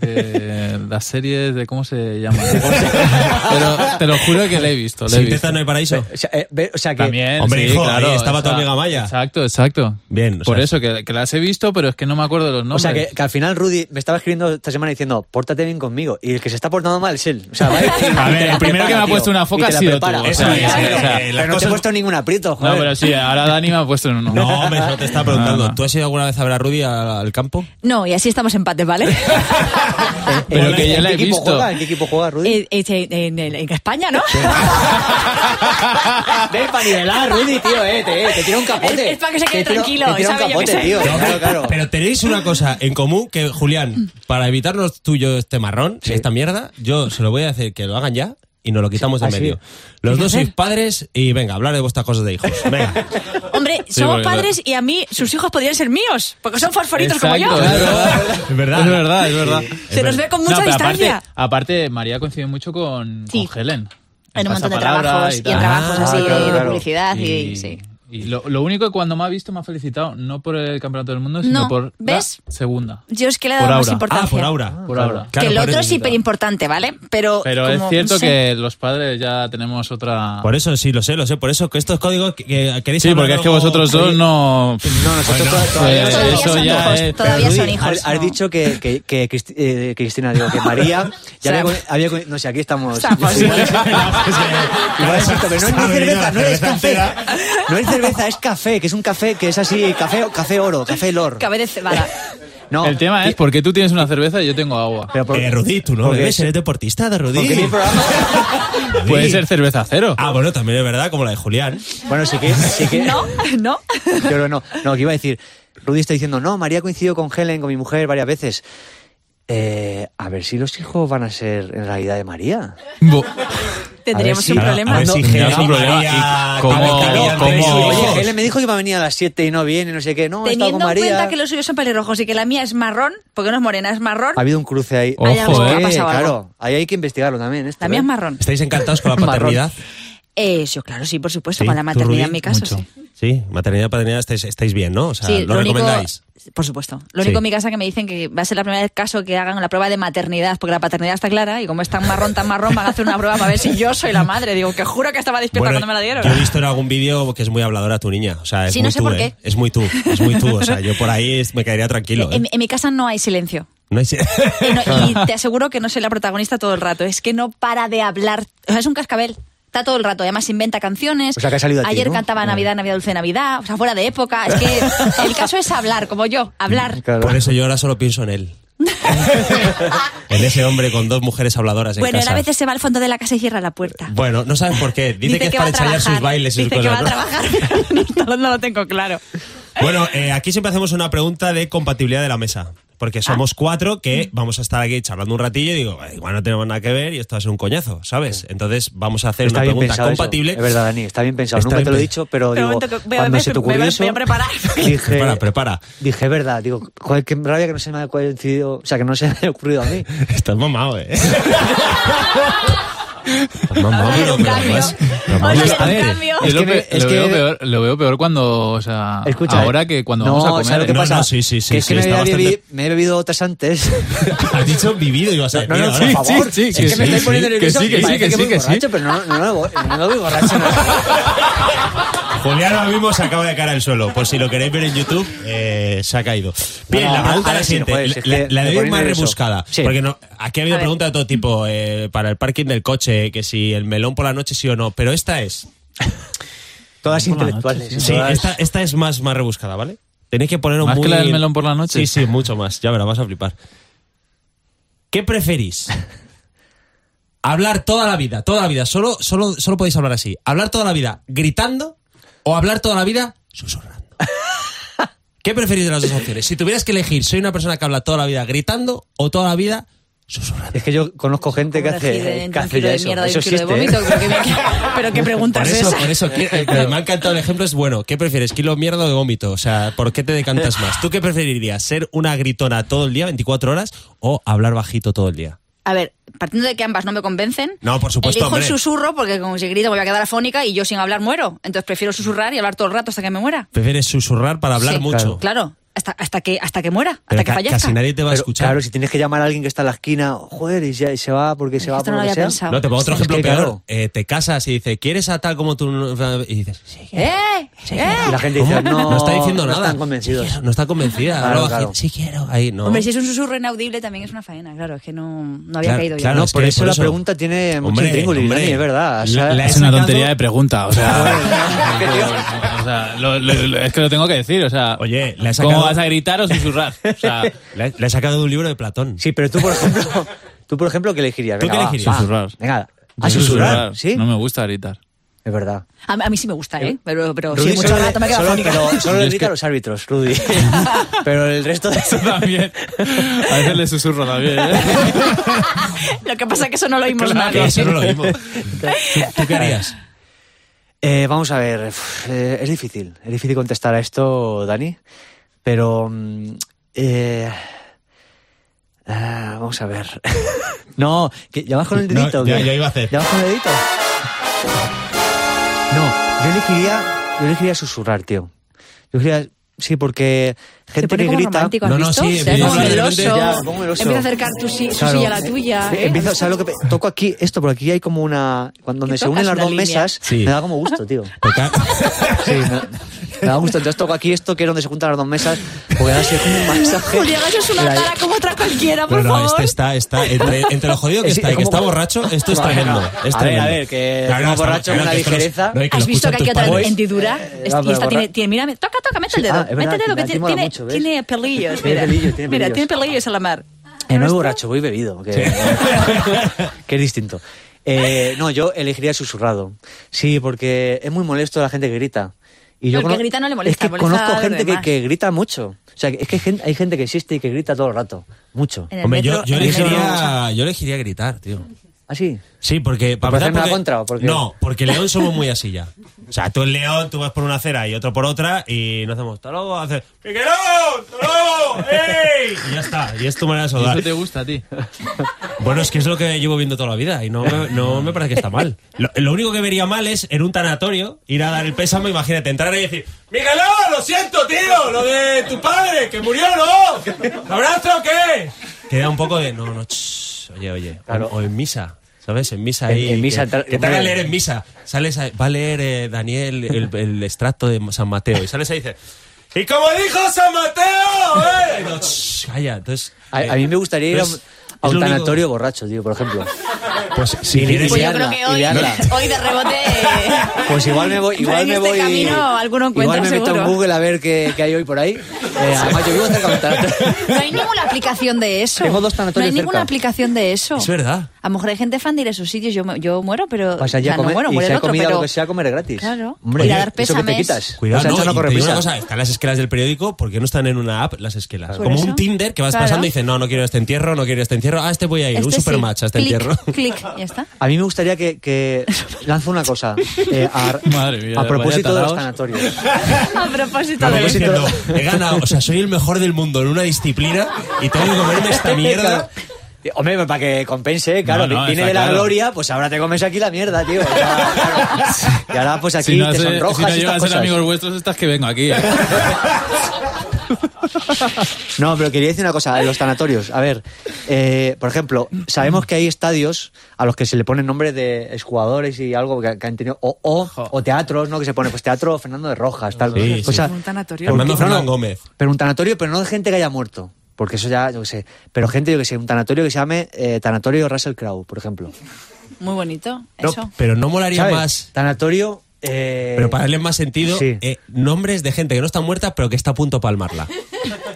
G: de las series, de cómo se llama. Pero te lo juro que le he visto. Le he
A: Sin tetas
G: visto.
A: no hay paraíso.
B: O sea, eh, ve- o sea que.
G: También,
A: Hombre,
G: sí,
A: hijo,
G: claro.
A: ahí estaba tu
G: esa-
A: amiga Maya.
G: Exacto, exacto.
A: Bien, o
G: Por
A: sea-
G: eso, que, que las he visto, pero es que no me acuerdo de los
B: O
G: nombres.
B: sea, que, que al final Rudy me estaba escribiendo esta semana diciendo, pórtate bien conmigo. Y el que se está portando mal es él. O sea, va y- y te la
G: el primero
B: prepara,
G: que me ha
B: tío.
G: puesto una
B: Y
G: foca
B: te
G: ha
B: la
G: sido
B: prepara.
G: tú, o
B: Eso
G: sea,
B: es,
G: que-
B: claro.
G: o sea,
A: las
B: Pero no te he
A: cosas-
B: puesto ningún aprieto,
G: No,
B: joder.
G: pero sí, ahora Dani me ha puesto en uno.
A: No, hombre, no te estaba preguntando. ¿Tú has ido alguna vez a ver a Rudy al, al campo?
H: No, y así estamos empates, ¿vale? Eh,
G: Pero que ya
B: ¿En
G: la
B: qué
G: he
B: equipo
G: visto.
B: Juega? ¿En qué equipo juega, Rudy?
H: Eh, eh, eh, en, el- en España, ¿no?
B: Ven para nivelar, Rudy, tío, eh, te, te tiro un capote.
H: Es- es para que se quede
B: Te tiro-
H: tranquilo,
B: Te tiro un
H: ¿sabe? Yo
B: capote,
H: qué sé.
B: tío. Claro, claro.
A: Pero tenéis una cosa en común que, Julián, para evitarnos tuyo este marrón, esta mierda, yo se lo voy a decir que lo hagan ya y nos lo quitamos de
B: Ah, sí.
A: en medio. Los dos sois padres y venga, hablar de vuestras cosas de hijos. Venga.
H: Hombre,
G: Sí,
H: somos
G: porque-
H: padres y a mí sus hijos podrían ser míos, porque son fosforitos como yo.
G: Exacto, es verdad.
A: Es verdad.
G: Es verdad, es verdad.
H: Se nos ve con mucha
G: No, pero
H: distancia.
G: Aparte, aparte, María coincide mucho con,
H: Sí.
G: con Helen.
H: en un montón de
G: pasapalabra
H: trabajos y,
G: tal.
H: en trabajos
B: Ah,
H: así
B: claro,
H: de
B: claro.
H: publicidad y,
G: Y-
H: sí.
G: y lo, lo único que cuando me ha visto me ha felicitado, no por el campeonato del mundo, sino
H: No,
G: por
H: ¿ves?
G: la segunda.
H: Yo es que le he
G: Por
H: dado más
G: Aura.
H: importancia.
A: Ah, por Aura.
G: Por ahora.
H: que el
A: Claro, por
H: otro es
A: eso.
H: hiper importante, ¿vale? Pero,
G: Pero
H: como,
G: es cierto
H: no sé. eh,
G: que los padres ya tenemos otra...
A: Por eso, sí, lo sé, lo sé. Por eso que estos códigos que, que queréis
G: sí,
A: hablar
G: porque es que
A: luego-
G: vosotros dos no...
B: No, nosotros to-
G: eh,
B: todavía,
H: Todavía
G: eso
H: son
G: ya
H: hijos,
G: es-
H: todavía
B: Rudy,
H: son hijos.
B: Has, has
H: no.
B: dicho que, que, que Cristi- eh, Cristina, digo, que María. Ya
H: O sea,
B: había, con- había con- no sé, aquí estamos.
H: Estamos.
B: Igual es- igual es cierto, pero no es no es
A: Sabe,
B: cerveza,
A: no,
B: no es
A: cerveza
B: café.
A: entera.
B: No es cerveza, es café, que es un café que es así, café, café oro, café lor.
H: Cabe de cebada.
B: No,
G: El tema es por qué tú tienes una cerveza y yo tengo agua.
B: pero por-
A: Eh, Rudy, tú no
B: porque-
A: bebes, eres deportista de Rudy.
B: porque mi programa-
A: Rudy.
G: Puede ser cerveza cero.
A: Ah, bueno, también es verdad, como la de Julián.
B: Bueno, sí que. Sí que
H: ¿No? ¿No?
B: Yo creo que no. No, que iba a decir. Rudy está diciendo, no, María coincidió con Helen, con mi mujer, varias veces. Eh, a ver si los hijos van a ser en realidad de María.
G: Bo-
H: Tendríamos
B: si-
H: un
B: a ver-
H: problema.
A: a ver si
H: No.
A: Helen
G: Tendríamos un
A: y
G: problema.
A: María
G: Y cómo-
A: también tenéis
G: cómo-
A: hijos.
B: Oye, Helen me dijo que iba a venir a las 7 y no viene, no sé qué. No, he estado con
H: Teniendo en
B: María.
H: cuenta que los suyos son pelirrojos y que la mía es marrón, porque no es morena, es marrón,
B: Ha habido un cruce ahí.
G: Ojo, Hay algo,
H: ¿eh? ha
B: Sí,
H: pasado algo.
B: Claro, ahí hay que investigarlo también. esto,
H: la mía
B: ¿eh?
H: es marrón.
A: ¿Estáis encantados con la
B: Marrón.
A: paternidad?
H: Eh, yo, claro, sí, por supuesto,
A: Sí,
H: con la
A: ¿tú,
H: maternidad
A: Rubí?
H: en mi caso,
A: Mucho.
H: sí.
A: Sí, maternidad, paternidad, estáis, estáis bien, ¿no? O sea,
H: Sí,
A: lo, recomendáis.
H: Único, por supuesto. Lo
A: Sí.
H: único en mi casa que me dicen que va a ser la primera vez caso que hagan la prueba de maternidad, porque la paternidad está clara y como es tan marrón, tan marrón, van a hacer una prueba para ver si yo soy la madre. Digo, que juro que estaba despierta cuando me la dieron.
A: yo he visto en algún vídeo que es muy habladora tu niña. O sea, es
H: Sí,
A: muy
H: no sé
A: tú,
H: por
A: ¿eh?
H: qué.
A: Es muy tú, es muy tú. O sea, yo por ahí es- me quedaría tranquilo. ¿eh?
H: En, en mi casa no hay silencio.
A: No hay-
H: eh, Y, no- y te aseguro que no soy la protagonista todo el rato. Es que no para de hablar. O sea, es un cascabel. Está todo el rato. Además, inventa canciones.
B: O sea, que ha salido a ti,
H: Ayer
B: ¿no?
H: cantaba
B: Ah.
H: Navidad, Navidad Dulce Navidad. O sea, fuera de época. Es que el caso es hablar, como yo. Hablar.
B: Claro.
A: Por eso yo ahora solo pienso en él. en ese hombre con dos mujeres habladoras en
H: Bueno, él
A: casa.
H: a veces se va al fondo de la casa y cierra la puerta.
A: Bueno, no sabes por qué. Dice, que es
H: va
A: para
H: a
A: ensayar
H: trabajar. ¿eh?
A: sus bailes y sus
H: Dice que va
A: cosas.
H: a
A: ¿no?
H: trabajar. no, no lo tengo claro.
A: Bueno, eh, aquí siempre hacemos una pregunta de compatibilidad de la mesa.
H: Ah.
A: Porque somos cuatro que vamos a estar aquí charlando un ratillo y digo, "Eh, igual no tenemos nada que ver y esto va a ser un coñazo, ¿sabes? Entonces vamos a hacer
B: Está
A: una
B: bien
A: pregunta
B: pensado eso.
A: compatible.
B: Es verdad, Dani, está bien pensado.
A: Está
B: Nunca
A: bien
B: te lo he
A: pensado.
B: digo, pero
H: Espera un
B: digo,
H: momento que voy a-
B: cuando
H: voy a-
B: se te
H: me voy a-
B: ocurrió eso,
H: voy a preparar.
B: dije,
A: Prepara, prepara.
B: dije, es verdad, digo, joder, qué rabia que no se me ha coincidido, o sea, que no se me ha ocurrido a mí.
A: Estás mamado, ¿eh? Estás mamado,
H: Ahora hay
A: pero,
H: un
A: pero
H: cambio.
A: más- pero
H: Ahora
A: más-
H: hay un
A: a ver,
H: cambio.
G: Yo
B: Es
G: lo,
B: que me-
G: pe-
B: es
G: lo
B: que-
G: veo peor, lo veo peor cuando, o sea,
B: Escucha.
G: ahora que cuando
B: no,
G: vamos
B: ¿sabes
G: a
B: lo
G: comer...
B: que
A: No,
B: pasa?
A: no, sí, sí, sí,
B: Que es
A: sí,
B: que me,
A: está
B: había bebi-
A: bastante-
B: me he bebido otras antes.
A: Has dicho vivido, ibas a
B: No,
A: decir
B: no,
A: ahora.
B: por favor.
G: sí,
B: es
G: que
B: que
G: sí,
B: me estoy
G: sí,
B: poniendo
G: que
B: nervioso.
G: sí, que sí,
B: parece
G: que
B: voy
G: sí, que sí.
B: borracho, pero no, no, no, voy- no, voy borracho. no.
A: Julián ahora mismo se acaba de caer al suelo. Por si lo queréis ver en YouTube, eh, se ha caído. Bien,
B: No, no,
A: la pregunta es
B: ahora
A: la
B: sí,
A: siguiente.
B: joder, si es
A: la
B: que
A: la de
B: me
A: hoy
B: pone
A: más
B: nervioso.
A: rebuscada.
B: Sí.
A: Porque no, aquí ha habido
H: A ver.
A: preguntas de todo tipo. eh, para el parking del coche, que si el melón por la noche sí o no. Pero esta es.
B: Todas intelectuales.
A: Sí,
B: todas-
A: esta, esta es más, más rebuscada, ¿vale? Tenéis que poneros
G: ¿Más
A: muy...
G: que la del melón por la noche?
A: Sí, sí, mucho más. Ya verás, vas a flipar. ¿Qué preferís? ¿Hablar toda la vida? Toda la vida. Solo, solo, solo podéis hablar así. ¿Hablar toda la vida gritando o hablar toda la vida susurrando? ¿Qué preferís de las dos opciones? Si tuvieras que elegir, ¿soy una persona que habla toda la vida gritando o toda la vida susurrando?
B: Es que yo conozco gente que
H: Como una gira
B: hace,
H: entre
B: que
H: un
B: hace
H: kilo
B: ya
H: ¿eh? de
B: eso.
H: mierda y
B: Eso
H: un kilo de
B: existe.
H: vómito,
B: ¿eh?
H: creo que me- Pero qué pregunta
A: Por
H: es
A: eso,
H: esa.
A: por eso, que- eh, me ha encantado el ejemplo, es bueno. ¿Qué prefieres, kilo de mierda o de vómito? O sea, ¿por qué te decantas más? ¿Tú qué preferirías, ser una gritona todo el día, 24 horas, o hablar bajito todo el día?
H: A ver, partiendo de que ambas no me convencen.
A: No, por supuesto,
H: Elijo el
A: hombre.
H: susurro porque como si grito me voy a quedar afónica y yo sin hablar muero. Entonces prefiero susurrar y hablar todo el rato hasta que me muera.
A: ¿Prefieres susurrar para hablar
H: Sí,
A: mucho?
H: Claro, hasta, hasta, que, hasta que muera,
A: Pero
H: hasta que
A: ca-
H: fallezca.
A: casi nadie te va a
B: Pero,
A: escuchar.
B: Claro, si tienes que llamar a alguien que está en la esquina, joder, y se, se va porque se va
H: Esto
B: por
H: no
B: lo
H: lo
B: que
H: había
B: sea.
H: pensado.
A: No, te pongo otro
B: Es
A: ejemplo
B: que,
A: peor.
B: claro.
A: Eh, te casas y dices, ¿quieres a tal como tú? no-?" Y dices, "Sí".
H: ¡Eh! ¡Eh!
B: Y la gente dice,
A: ¿Cómo?
B: no,
A: está diciendo
B: no
A: nada.
B: están convencidos.
A: Sí quiero, no está convencida.
B: Claro,
A: Habla
B: claro.
A: bajito. Sí quiero. Ahí, no.
H: Hombre, si es un susurro inaudible también es una faena, claro, es que no, no había
A: Claro,
H: caído yo.
A: claro,
B: No,
A: es
B: por
A: que
B: eso
A: por
B: la
A: eso-
B: pregunta tiene mucho
A: Hombre,
B: intríngulis,
A: hombre.
B: Dani, es verdad. O
A: La-
B: sea,
A: la-
G: Es
A: ¿Has
G: una
A: sacado?
G: tontería de pregunta, o sea... o sea, lo- lo- lo- es que lo tengo que decir, o sea...
A: Oye, la he
G: ¿Cómo
A: sacado
I: vas a gritar o susurrar. O sea,
A: La, he- la he sacado de un libro de Platón.
B: Sí, pero tú, por ejemplo, tú, por ejemplo ¿qué elegirías?
A: ¿Tú
B: Venga,
A: qué
B: va,
A: elegirías?
B: va.
I: Susurrar.
B: Venga,
G: Yo
B: a susurrar,
G: susurrar.
B: ¿sí?
G: No me gusta gritar.
B: Es verdad.
H: A, a mí sí me gusta, ¿eh? Pero, pero sí,
B: Rudy
H: mucho
B: solo,
H: rato me he quedado
B: solo,
H: fónica.
B: pero solo le grita a los árbitros, Rudy. pero el resto de...
G: También. A veces le susurro también. ¿eh?
H: Lo que pasa es que eso no lo oímos nadie.
A: Eso no lo mismo. ¿Tú, tú qué harías?
B: Eh, vamos a ver, uf, eh, es difícil, es difícil contestar a esto, Dani, pero... mm, eh, ah, vamos a ver. no, que, ¿ya vas con el
A: No,
B: dedito? o
A: ya-
B: qué?
A: ya iba a hacer.
B: ¿Ya vas con el dedito? No, yo elegiría, yo elegiría susurrar, tío. Yo elegiría... Sí, porque
H: Se
B: gente
H: pone
B: que
H: como
B: grita...
H: romántico, ¿has
A: No, no,
H: visto?
A: sí,
H: Se ve como
A: evidentemente.
H: meloso.
B: Ya, me pongo meloso.
H: Empieza a acercar tu, si- su
B: Claro.
H: silla a la tuya.
B: Eh,
H: ¿eh?
B: empiezo, ¿sabes lo que pe- toco aquí? Esto, por aquí hay como una. Cuando donde
H: Que
B: se unen las
H: tocas una
B: dos
H: línea.
B: mesas,
A: Sí.
B: me da como gusto, tío.
A: Porque-
B: Sí, me, me da gusto. Entonces toco aquí esto, que es donde se juntan las dos mesas, porque así es como un masaje.
H: Julián, eso es una
B: Mira,
H: cara como otra cualquiera, por
A: Pero no,
H: favor.
A: este está, está entre, entre lo jodido que
B: Es-
A: está
B: es
A: y que
B: como-
A: está borracho, esto es
B: Bueno,
A: tremendo. Es
B: a ver,
A: tremendo.
B: a ver, que
A: Claro,
B: como
A: está-
B: borracho
A: claro,
B: con
A: que
B: la
A: esto no es-
B: ligereza.
A: no, y lo
H: ¿Has visto
A: escuchan
H: que aquí
A: tus
H: otra
A: padres.
H: hendidura? Es-
B: Eh, va,
H: y esta
B: pero
H: tiene,
B: borra-
H: tiene, mira, toca, toca, mete
B: Sí,
H: el dedo.
B: ah, es verdad,
H: mete el dedo,
B: que
H: que
B: aquí
H: tiene,
B: mola
H: tiene,
B: mucho, ¿ves?
H: tiene pelillos.
B: Tiene
H: mira.
B: pelillos, tiene
H: Mira,
B: pelillos.
H: tiene pelillos a la mar.
B: Eh, no es borracho, voy bebido, que, que es distinto. Eh, no, yo elegiría susurrado. Sí, porque es muy molesto la gente que grita. Y yo
H: Pero el que
B: cono-
H: grita no le molesta,
B: Es que
H: molesta a
B: conozco
H: los
B: gente que,
H: demás.
B: que grita mucho. O sea, es que gen- hay gente que existe y que grita todo el rato. Mucho.
H: En el
A: Hombre,
H: metro,
A: yo, yo
H: en el metro.
A: elegiría, yo elegiría gritar, tío.
B: Así.
A: Sí, porque...
B: ¿Por
A: para empezar,
B: hacerme la contra o por qué?
A: No, porque León somos muy así ya. O sea, tú en León, tú vas por una acera y otro por otra y no hacemos... ¡Hasta luego! Haces... ¡Miguelón! ¡Hasta luego! ¡Ey! Y ya está. Y es tu manera de
G: ¿Y
A: saludar.
G: eso te gusta a ti?
A: Bueno, es que es lo que llevo viendo toda la vida y no me, no me parece que está mal. Lo, lo único que vería mal es en un tanatorio ir a dar el pésame, imagínate, entrar y decir, Miguelón, lo siento, tío, lo de tu padre, que murió, ¿no? ¿Abrazo o qué? Queda un poco de, no, no, shh, oye, oye,
B: Claro.
A: o, o en misa. ¿Sabes? En misa
B: En-
A: ahí.
B: en misa
A: que-
B: entra-
A: que te hagan
B: hombre.
A: leer en misa. Sales a- va a leer eh, Daniel el, el extracto de San Mateo. Y sales ahí y dices. ¡Y como dijo San Mateo! ¡Eh! Y no, shh, calla. Entonces.
B: A,
A: eh,
B: a mí me gustaría ir a un,
A: es-
B: a
A: es lo
B: un
A: único-
B: tanatorio borracho, tío, por ejemplo.
A: Pues si
B: Y-
A: quieres-
H: Pues yo
B: Idearla,
H: creo que hoy,
B: idearla.
H: hoy de rebote. eh,
B: Pues igual me voy, igual
H: en
B: me
H: este
B: voy.
H: camino alguno encuentra
B: igual me meto
H: seguro.
B: en Google a ver qué, qué hay hoy por ahí. Eh, además, yo vivo cerca de un tanatorio.
H: No hay ninguna aplicación de eso.
B: Tengo dos
H: No hay
B: sanatorios
H: ninguna
B: cerca.
H: aplicación de eso.
A: Es verdad.
H: A lo mejor hay gente fan de ir a sus sitios. Yo, mu- yo muero, pero.
B: Vas allí
H: o
B: a
H: sea, no
B: comer
H: muero,
B: y si
H: muere el
B: hay
H: otro,
B: comida
H: pero.
B: lo que sea, comer gratis.
H: Claro.
B: Hombre,
H: Ir a dar
B: eso que te
H: pésames.
B: quitas.
A: Cuidado,
B: O sea,
A: no,
B: esto no
A: y
B: corre
A: te digo
B: prisa.
A: una cosa, están las esquelas del periódico, ¿por qué no están en una app las esquelas?
H: Por
A: Como
H: eso.
A: un Tinder que vas
H: Claro.
A: pasando y dices, no, no quiero este entierro, no quiero este entierro, ah, este voy a ir, un
H: Este sí.
A: supermatch a este
H: Clic,
A: entierro.
H: Clic, ya está.
B: A mí me gustaría que, que lanzo una cosa. eh, a,
G: Madre mía,
B: a
G: vaya
B: propósito de los
G: talaos.
B: sanatorios.
H: A propósito
A: Como
H: de eso.
A: diciendo, he ganado, o sea, soy el mejor del mundo en una disciplina y tengo que comerme esta mierda.
B: Tío, Hombre, pues para que compense, claro,
G: No, no,
B: viene
G: está
B: de la
G: claro.
B: gloria, pues ahora te comes aquí la mierda, tío. Ya, claro. Y ahora pues aquí
G: si no,
B: te
G: hace-
B: sonrojas
G: si no
B: y estas
G: llegas a ser
B: cosas.
G: amigos vuestros, estas que vengo aquí. ¿eh?
B: No, pero quería decir una cosa, de los tanatorios. A ver, eh, por ejemplo, sabemos que hay estadios a los que se le ponen nombres de exjugadores y algo que, que han tenido, o, o, o teatros, ¿no? Que se pone, pues teatro Fernando de Rojas, tal.
A: Sí, sí.
B: cosa-
H: Un tanatorio.
B: porque-
A: Fernando
B: no, no,
A: Fernán Gómez.
B: Pero un tanatorio, pero no de gente que haya muerto. Porque eso ya, yo qué sé. Pero gente, yo qué sé, un tanatorio que se llame eh, Tanatorio Russell Crowe, por ejemplo.
H: Muy bonito.
A: pues- No,
H: Eso.
A: pero no molaría
B: ¿Sabes?
A: más,
B: Tanatorio. eh,
A: pero para darle más sentido,
B: Sí.
A: eh, nombres de gente que no está muerta pero que está a punto de palmarla.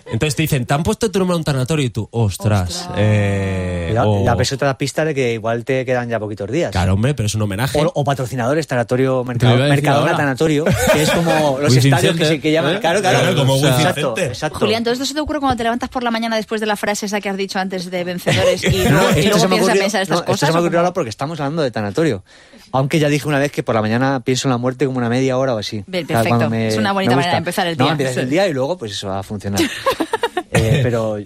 A: Entonces te dicen, te han puesto tu nombre a un tanatorio y tú, ostras. eh,
B: la,
A: o-
B: la pesota la pista de que igual te quedan ya poquitos días.
A: Claro, hombre, pero es un homenaje.
B: O, o patrocinadores, Tanatorio, mercado,
G: Te lo iba a decir
B: Mercadona,
G: ahora.
B: Tanatorio, que es como los
G: Wizzing
B: estadios que,
G: Center,
B: se- que llaman.
G: ¿eh?
B: Claro, claro.
A: Claro, como Wizzing
B: exacto,
A: Center.
B: exacto.
H: Julián, ¿todo esto se te ocurre cuando te levantas por la mañana después de la frase esa que has dicho antes de vencedores y,
B: No,
H: luego-
B: esto se me
H: y luego piensas
B: ocurrió-
H: pensar estas
B: no, esto
H: cosas?
B: se me
H: o
B: ocurrió
H: cómo?
B: ahora porque estamos hablando de tanatorio. Aunque ya dije una vez que por la mañana pienso en la muerte como una media hora o así.
H: Bien,
B: Claro, cuando
H: perfecto. Es una bonita
B: me
H: manera
B: gusta.
H: de empezar el
B: No,
H: día.
B: empiezas
H: Sí.
B: el día y luego pues eso va a funcionar. Eh, pero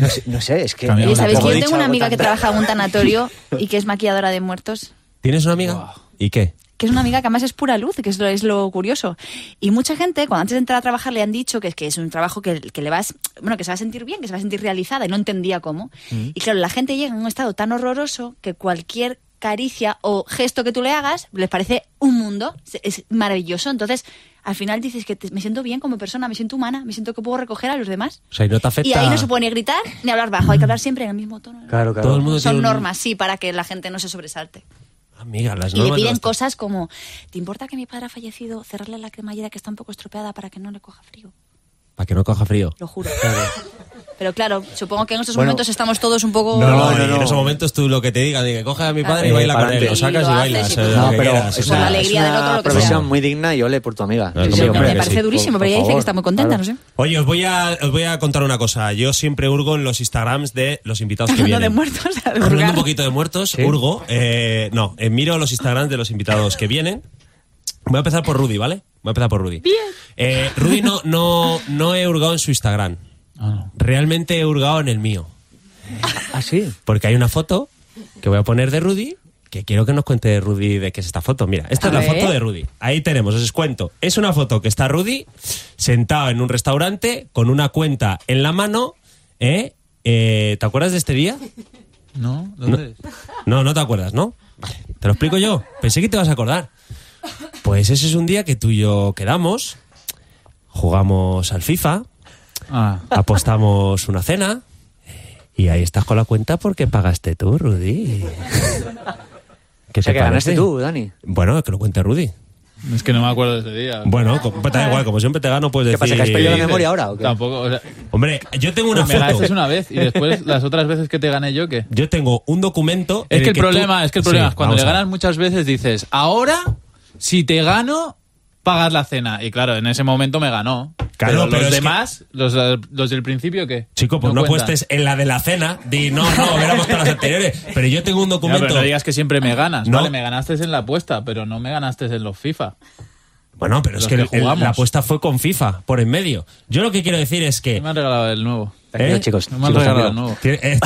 B: no sé, no sé, es que...
G: Cambiamos
H: Oye, ¿sabéis
B: tampoco he
H: que yo
B: dicho
H: tengo una
B: algo
H: amiga
B: tan-
H: que trabaja en un tanatorio y que es maquilladora de muertos?
A: ¿Tienes una amiga? ¿Y qué?
H: que es una amiga que además es pura luz, que es lo, es lo curioso. Y mucha gente, cuando antes de entrar a trabajar, le han dicho que, es- que es un trabajo que, que le vas, bueno, que se va a sentir bien, que se va a sentir realizada, y no entendía cómo.
A: Mm.
H: Y claro, la gente llega en un estado tan horroroso que cualquier caricia o gesto que tú le hagas les parece un mundo, Se- es maravilloso. Entonces, al final dices que te- me siento bien como persona, me siento humana, me siento que puedo recoger a los demás.
A: O sea, y no te afecta.
H: Y ahí no se puede ni gritar ni hablar bajo, hay que hablar siempre en el mismo tono.
B: Claro, claro.
A: Todo el mundo
H: Son
A: tiene un-
H: normas, sí, para que la gente no se sobresalte.
A: Amiga, las
H: Y le
A: normas.
H: piden
A: no-
H: cosas como, ¿te importa que mi padre ha fallecido? Cerrarle la cremallera que está un poco estropeada para que no le coja frío.
A: Para que no coja frío.
H: lo juro. Pero claro, supongo que en estos
B: Bueno.
H: momentos estamos todos un poco...
A: No, no,
B: no,
A: y
B: no.
A: En esos momentos tú lo que te digas, que coge a mi padre y
H: Eh,
A: baila con
B: para
A: él. Lo
H: adelante.
A: sacas
H: Y
A: y,
H: lo
A: bailas.
H: haces y
A: eh,
H: todo.
A: lo
B: No,
A: que
B: pero
A: quieras.
B: es
H: Con la
B: una,
H: alegría
B: es
H: del
B: una
H: otro, lo que
B: profesión
H: sea.
B: muy digna y ole por tu amiga.
A: Claro, yo
B: Sí,
H: me
A: creo que
B: hombre.
H: parece
A: sí,
H: durísimo,
B: por-
H: pero ella
B: por
H: dice que
B: favor,
H: está muy ¿eh? contenta,
B: claro.
H: no sé.
A: Oye, os voy, a, os voy a contar una cosa. Yo siempre hurgo en los Instagrams de los invitados que
H: Hablando
A: vienen.
H: de muertos, de
A: Hablando
H: hurgar.
A: un poquito de muertos, hurgo. eh, no, eh, miro los Instagrams de los invitados que vienen. Voy a empezar por Rudy, ¿vale? Voy a empezar por Rudy. Eh, Rudy no, no, no he hurgado en su Instagram.
G: Ah,
A: Realmente he hurgado en el mío.
B: Ah, sí.
A: Porque hay una foto que voy a poner de Rudy, que quiero que nos cuente de Rudy de qué es esta foto. Mira, esta
H: A
A: es la
H: ver.
A: foto de Rudy. Ahí tenemos, os cuento. Es una foto que está Rudy sentado en un restaurante con una cuenta en la mano. ¿eh? Eh, ¿Te acuerdas de este día?
G: ¿No? ¿Dónde? es?
A: No, no te acuerdas, ¿no? Vale, te lo explico yo. Pensé que te vas a acordar. Pues ese es un día que tú y yo quedamos, jugamos al FIFA,
G: Ah,
A: apostamos una cena y ahí estás con la cuenta porque pagaste tú, Rudy. ¿Qué
B: O sea,
A: te
B: que ganaste
A: parece?
B: tú, Dani.
A: Bueno, que lo cuente Rudy.
G: es que no me acuerdo de ese día.
A: Bueno, co- pues da igual, como siempre te gano, puedes
B: ¿Qué pasa,
A: decir...
B: que has perdido la memoria ahora o qué?
G: Tampoco, o sea,
A: Hombre, yo tengo una
G: me ganaste
A: foto.
G: una vez y después las otras veces que te gané yo, ¿qué?
A: Yo tengo un documento... en
G: Es que el
A: tú-
G: problema, es que el
A: Sí,
G: problema es cuando
A: vamos
G: le
A: a ver.
G: ganas muchas veces dices, ahora, si te gano, pagas la cena. Y claro, en ese momento me ganó.
A: Claro, pero es
G: los
A: que-
G: demás, los, eh, los del principio, ¿qué?
A: Chico, pues no,
G: cuentan.
A: apuestes en la de la cena. Di, no, no, hubiéramos con las anteriores. Pero yo tengo un
G: Ya,
A: documento.
G: pero no digas que siempre me ganas.
A: No. Eh.
G: Vale, me ganaste en la apuesta, pero no me ganaste en los FIFA.
A: Bueno, pero es
G: Los
A: que,
G: que
A: el- el-
G: jugamos.
A: la apuesta fue con FIFA, por en medio. Yo lo que quiero decir es que...
G: ¿Qué me han regalado el nuevo?
B: Tranquilos,
A: ¿Eh?
B: chicos.
G: No me han
B: chicos,
G: regalado el
B: tranquilos.
A: Tiene-
G: nuevo.
A: eh,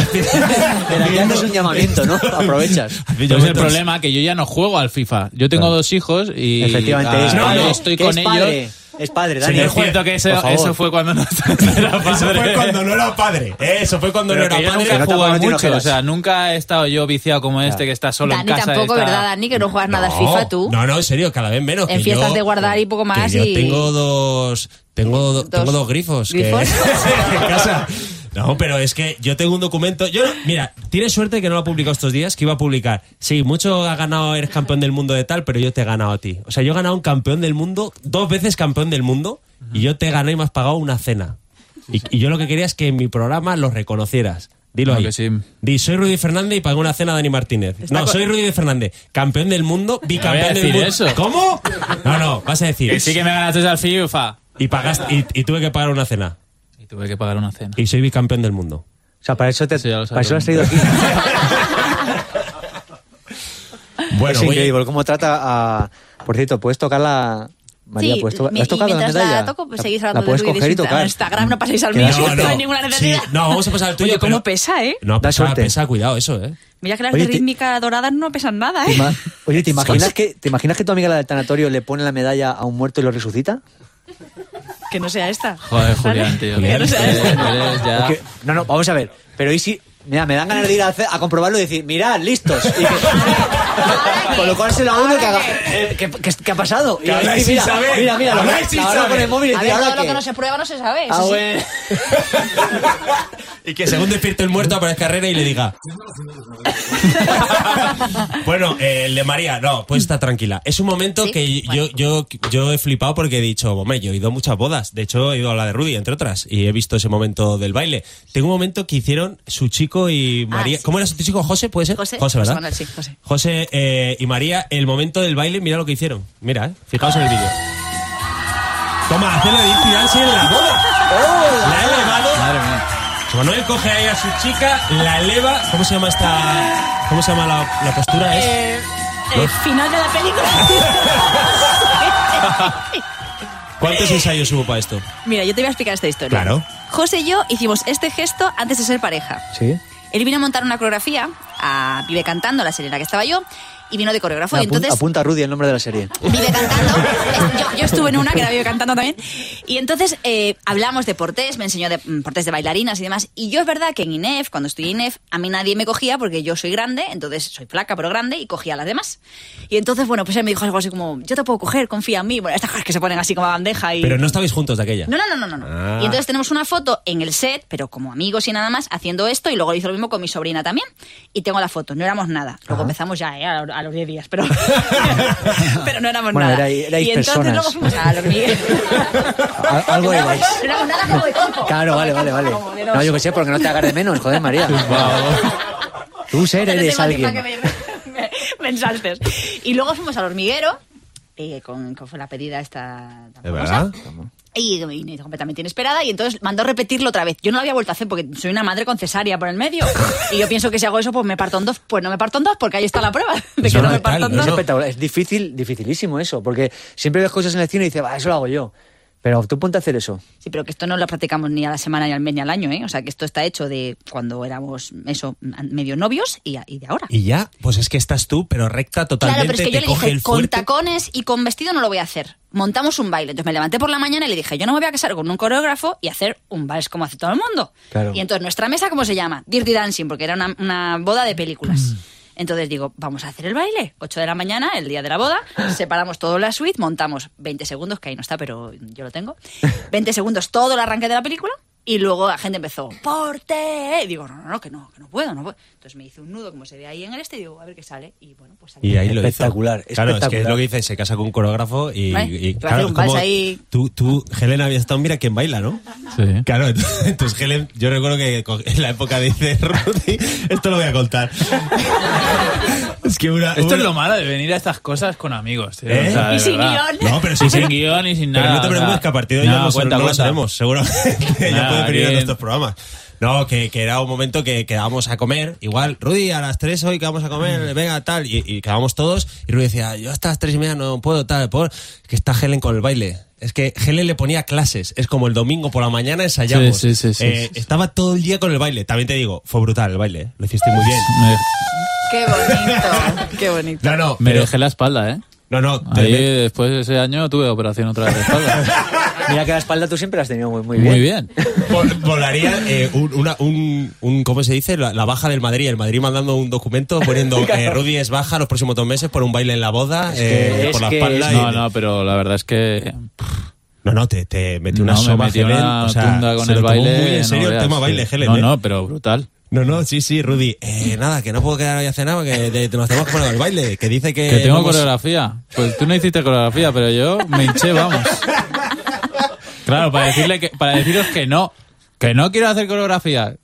B: Pero aquí haces un llamamiento, ¿no? Aprovechas.
G: Pero es el problema que yo ya no juego al FIFA. Yo tengo dos hijos y
B: Efectivamente.
G: Ah,
B: es
G: no,
B: padre,
G: no, estoy
B: que
G: con
B: es
G: ellos.
B: padre, Es padre, Dani.
G: Es cierto que
B: Por
G: eso,
B: favor.
G: eso fue cuando no era padre.
A: Eso fue cuando no era padre. ¿eh? Eso fue cuando
G: Pero
A: no
G: que
A: era
G: yo
A: padre.
G: nunca
B: no te
G: he jugado
B: acuerdas de
G: mucho, o
B: novelas.
G: sea, nunca he estado yo viciado como este que está solo en
H: Dani
G: casa.
H: tampoco,
G: está-
H: ¿verdad, Dani? Que no juegas nada al FIFA tú.
A: No, no, en serio, cada vez menos.
H: En
A: que
H: fiestas
A: yo-
H: de guardar y poco más
A: que yo
H: y-
A: tengo dos. Tengo, do-
H: Dos
A: tengo dos grifos. que-
H: grifos.
A: en casa. No, pero es que yo tengo un documento. Yo, mira, tienes suerte que no lo ha publicado estos días, que iba a publicar. Sí, mucho ha ganado, eres campeón del mundo de tal, pero yo te he ganado a ti. O sea, yo he ganado un campeón del mundo, dos veces campeón del mundo, y yo te gané y me has pagado una cena. Y, y yo lo que quería es que en mi programa los reconocieras. Dilo
G: No,
A: ahí.
G: Ah, que sí.
A: Di, soy Rudy Fernández y pagué una cena a Dani Martínez. no, soy Rudy Fernández, campeón del mundo,
G: voy
A: bicampeón
G: a
A: del
G: decir
A: mundo.
G: eso.
A: ¿Cómo? No, no, vas a decir.
G: Que sí que me ganaste al FIFA.
A: Y, pagaste, y, y tuve que pagar una cena.
G: Y tuve que pagar una cena.
A: Y soy bicampeón del mundo.
B: O sea, para eso, te,
G: Eso ya lo
B: para eso lo has traído
G: sabemos.
B: aquí.
A: Bueno,
B: es
A: voy-
B: increíble cómo trata a... Por cierto, ¿puedes tocarla... María,
H: Sí,
A: pues
B: ¿puedes tocar?
H: mi-
B: ¿La has
H: y
B: tocado
H: mientras la
B: medalla?
H: toco, pues, seguís hablando
B: la puedes
H: de Rudy
B: coger y
H: Disfruta en
B: tocar.
H: Instagram, no paséis al
B: Que
H: mío,
B: da
H: yo
B: suerte.
H: no hay ninguna necesidad.
A: Sí, no, vamos a pasar al tuyo.
H: Oye, ¿cómo
A: pero-
H: pesa, eh?
A: No,
B: Da
A: pesa,
B: suerte.
A: pesa, cuidado, eso, eh.
H: Mira que las
B: Oye,
H: de
B: te-
H: rítmica doradas no pesan nada,
B: ¿Te
H: ¿eh?
B: ima- Oye, ¿te imaginas,
A: Pues-
B: que, ¿te imaginas que tu amiga la del tanatorio le pone la medalla a un muerto y lo resucita?
H: Que no sea esta. ¿Vale?
G: Joder, Julián, tío.
H: Que no
G: Eres-
H: sea esta.
G: eres ya-
B: Porque- no, no, vamos a ver. Pero y si... Mira, me dan ganas de ir a, hacer- a comprobarlo y decir, mirad, listos. Y que- colocárselo a uno que haga... eh, ¿Qué qué- qué ha pasado? Y ahí,
A: habláis sin
B: mira,
A: saber.
B: mira, mira, lo-
A: Habláis sin
B: la abro con
A: saber.
B: el móvil y
H: A
B: digo,
H: ver,
B: ¿ahora
H: todo lo
B: qué?
H: que no se prueba no se sabe.
B: Ah,
H: sí, Eh, sí.
B: bueno.
A: Y que según despierte el muerto aparezca Herrera y le diga. bueno, eh, el de María, no, pues está tranquila. Es un momento
H: Sí,
A: que
H: bueno.
A: yo, yo, yo he flipado porque he dicho, hombre, yo he ido a muchas bodas. De hecho, he ido a la de Rudy, entre otras, y he visto ese momento del baile. Tengo un momento que hicieron su chico y
H: Ah,
A: María.
H: sí.
A: ¿Cómo era su chico? ¿José? ¿Puede ser?
H: José,
A: ¿verdad?
H: José Manuel, sí, José.
A: eh, y María, el momento del baile, mira lo que hicieron. Mira, eh, fijaos en el vídeo. Toma, hacer la Dirty Dancing en la boda. La he elevado.
G: Madre mía.
A: José Manuel coge ahí a su chica, la eleva. ¿Cómo se llama esta.? ¿Cómo se llama la, la postura? Es-
H: Eh, el final de la película.
A: ¿Cuántos ensayos hubo para esto?
H: Mira, yo te voy a explicar esta historia.
A: Claro.
H: José y yo hicimos este gesto antes de ser pareja.
B: Sí.
H: Él vino a montar una coreografía, a Vive cantando, la serie en la que estaba yo, y vino de coreógrafo. y
B: Apunta,
H: entonces
B: apunta Rudy el nombre de la serie.
H: Vive cantando. Yo, yo estuve en una que la vive cantando también. Y entonces eh, hablamos de portés, me enseñó de mm, portés de bailarinas y demás. Y yo es verdad que en INEF, cuando estudié en INEF, a mí nadie me cogía porque yo soy grande, entonces soy flaca pero grande y cogía a las demás. Y entonces, bueno, pues él me dijo algo así como, yo te puedo coger, confía en mí. Bueno, estas cosas que se ponen así como a bandeja y...
A: Pero no estabais juntos de aquella.
H: No, no, no, no, no, no.
A: Ah.
H: Y entonces tenemos una foto en el set, pero como amigos y
B: Ah.
H: nada más, haciendo esto, y luego hizo lo mismo con mi sobrina también. Y tengo la foto, no éramos nada. Luego empezamos ya eh, a, a a los 10 días, pero, pero no éramos
B: Bueno, era-
H: nada.
B: erais
H: y entonces
B: personas.
H: luego fuimos a los Miguel.
B: Al- algo
H: no éramos-
B: erais.
H: no éramos nada como de campo.
B: Claro, vale, vale, vale.
H: Como de los-
B: No, yo que sé, porque no te hagas de menos, joder, María. Tú ser
H: Pero
B: eres
H: tengo aquí
B: alguien.
H: para que me, me- me ensalces. Y luego fuimos al hormiguero, eh, con, con fue la pedida esta tan
J: ¿De
H: famosa.
J: verdad?
H: Y me vine completamente inesperada y entonces mandó repetirlo otra vez. Yo no lo había vuelto a hacer porque soy una madre con cesárea por el medio. Y yo pienso que si hago eso, pues me parto en dos. Pues no me parto en dos porque ahí está la prueba de
J: Eso
H: que no
J: no
H: me
J: es tal,
H: parto en
J: no
H: dos.
B: Es espectacular. Es difícil, dificilísimo eso, porque siempre ves cosas en el cine y dices, va, eso lo hago yo. Pero tú ponte a hacer eso.
H: Sí, pero que esto no lo practicamos ni a la semana, ni al mes, ni al año, ¿eh? O sea, que esto está hecho de cuando éramos, eso, medio novios y, a- y de ahora.
A: Y ya, pues es que estás tú, pero recta totalmente.
H: Claro, pero es que
A: te
H: yo le
A: coge
H: dije,
A: el
H: con
A: fuerte.
H: tacones y con vestido no lo voy a hacer. Montamos un baile. Entonces me levanté por la mañana y le dije, yo no me voy a casar con un coreógrafo y hacer un vals como hace todo el mundo.
B: Claro.
H: Y entonces nuestra mesa, ¿cómo se llama? Dirty Dancing, porque era una, una boda de
A: Mm.
H: películas. Entonces digo, vamos a hacer el baile. 8 de la mañana, el día de la boda, separamos toda la suite, montamos 20 segundos, que ahí no está, pero yo lo tengo. 20 segundos todo el arranque de la película. Y luego la gente empezó, ¡porte! Y digo, no, no, no, que no, que no puedo, no puedo. Entonces me hice un nudo, como se ve ahí en el este, y digo, a ver qué sale. Y bueno, pues salió.
A: Y ahí lo hizo. Claro,
B: Espectacular,
A: es que es
B: espectacular.
A: lo que dice, se casa con un coreógrafo y,
H: Vale,
A: y,
H: va a hacer
A: claro,
H: un vals
A: como
H: ahí.
A: tú, tú, Helen había estado, mira quién baila, ¿no?
G: Sí.
A: Claro, ent- entonces Helen, yo recuerdo que co- en la época dice Rudy, esto lo voy a contar. es que una,
I: Esto es
A: una-
I: lo malo de venir a estas cosas con amigos, tío.
A: ¿Eh?
I: O sea, de
H: Y sin
I: verdad.
H: guión.
A: No, pero sí,
I: Y
A: sí.
I: sin guión y sin
A: Pero
I: nada.
A: no te
I: o sea,
A: preocupes que a partir de hoy
I: no,
A: ya no,
I: cuenta,
A: no lo
I: cuenta.
A: sabemos, seguramente. ya
I: Nada,
A: puede venir a
I: bien.
A: nuestros programas. No, que, que era un momento que quedábamos a comer. Igual, Rudy, a las 3 hoy que vamos a
G: Mm.
A: comer, venga, tal. Y, y quedábamos todos. Y Rudy decía, yo hasta las 3 y media no puedo, tal. Por... Que está Helen con el baile. Es que Helen le ponía clases. Es como el domingo por la mañana ensayamos.
G: Sí, sí, sí, sí,
A: Eh,
G: sí, sí.
A: Estaba todo el día con el baile. También te digo, fue brutal el baile. ¿eh? Lo hiciste muy bien.
G: Me,
H: Qué bonito, qué bonito.
A: No, no.
G: me
A: pero-
G: dejé la espalda, ¿eh?
A: No, no. te-
G: Ahí, después de ese año tuve operación otra vez de espalda.
B: Mira que la espalda tú siempre la has tenido muy, muy bien.
G: Muy bien.
A: Vol- Volaría eh, un, una- un- un- ¿cómo se dice? La, la baja del Madrid. El Madrid mandando un documento poniendo eh, Rudy es baja los próximos dos meses por un baile en la boda, eh,
B: es
A: por la
B: que
A: espalda. y-
B: es-
G: No, no, pero la verdad es que
A: No, no, te, te metió una
G: no,
A: soba,
G: me metí
A: Helen,
G: una
A: o sea,
G: tunda con
A: se
G: el
A: lo tomó
G: baile.
A: muy en
G: no
A: serio el
G: veas,
A: tema
G: sí.
A: baile, Helen.
G: No,
A: eh.
G: no, pero brutal.
A: No, no, sí, sí, Rudy. Eh, nada, que no puedo quedar hoy a cenar porque te- te nos tenemos que poner al baile. Que dice que.
G: Que tengo
A: Eh, vamos-
G: coreografía. Pues tú no hiciste coreografía, pero yo me hinché, vamos. Claro, para decirle que, para deciros que no, que no quiero hacer coreografía.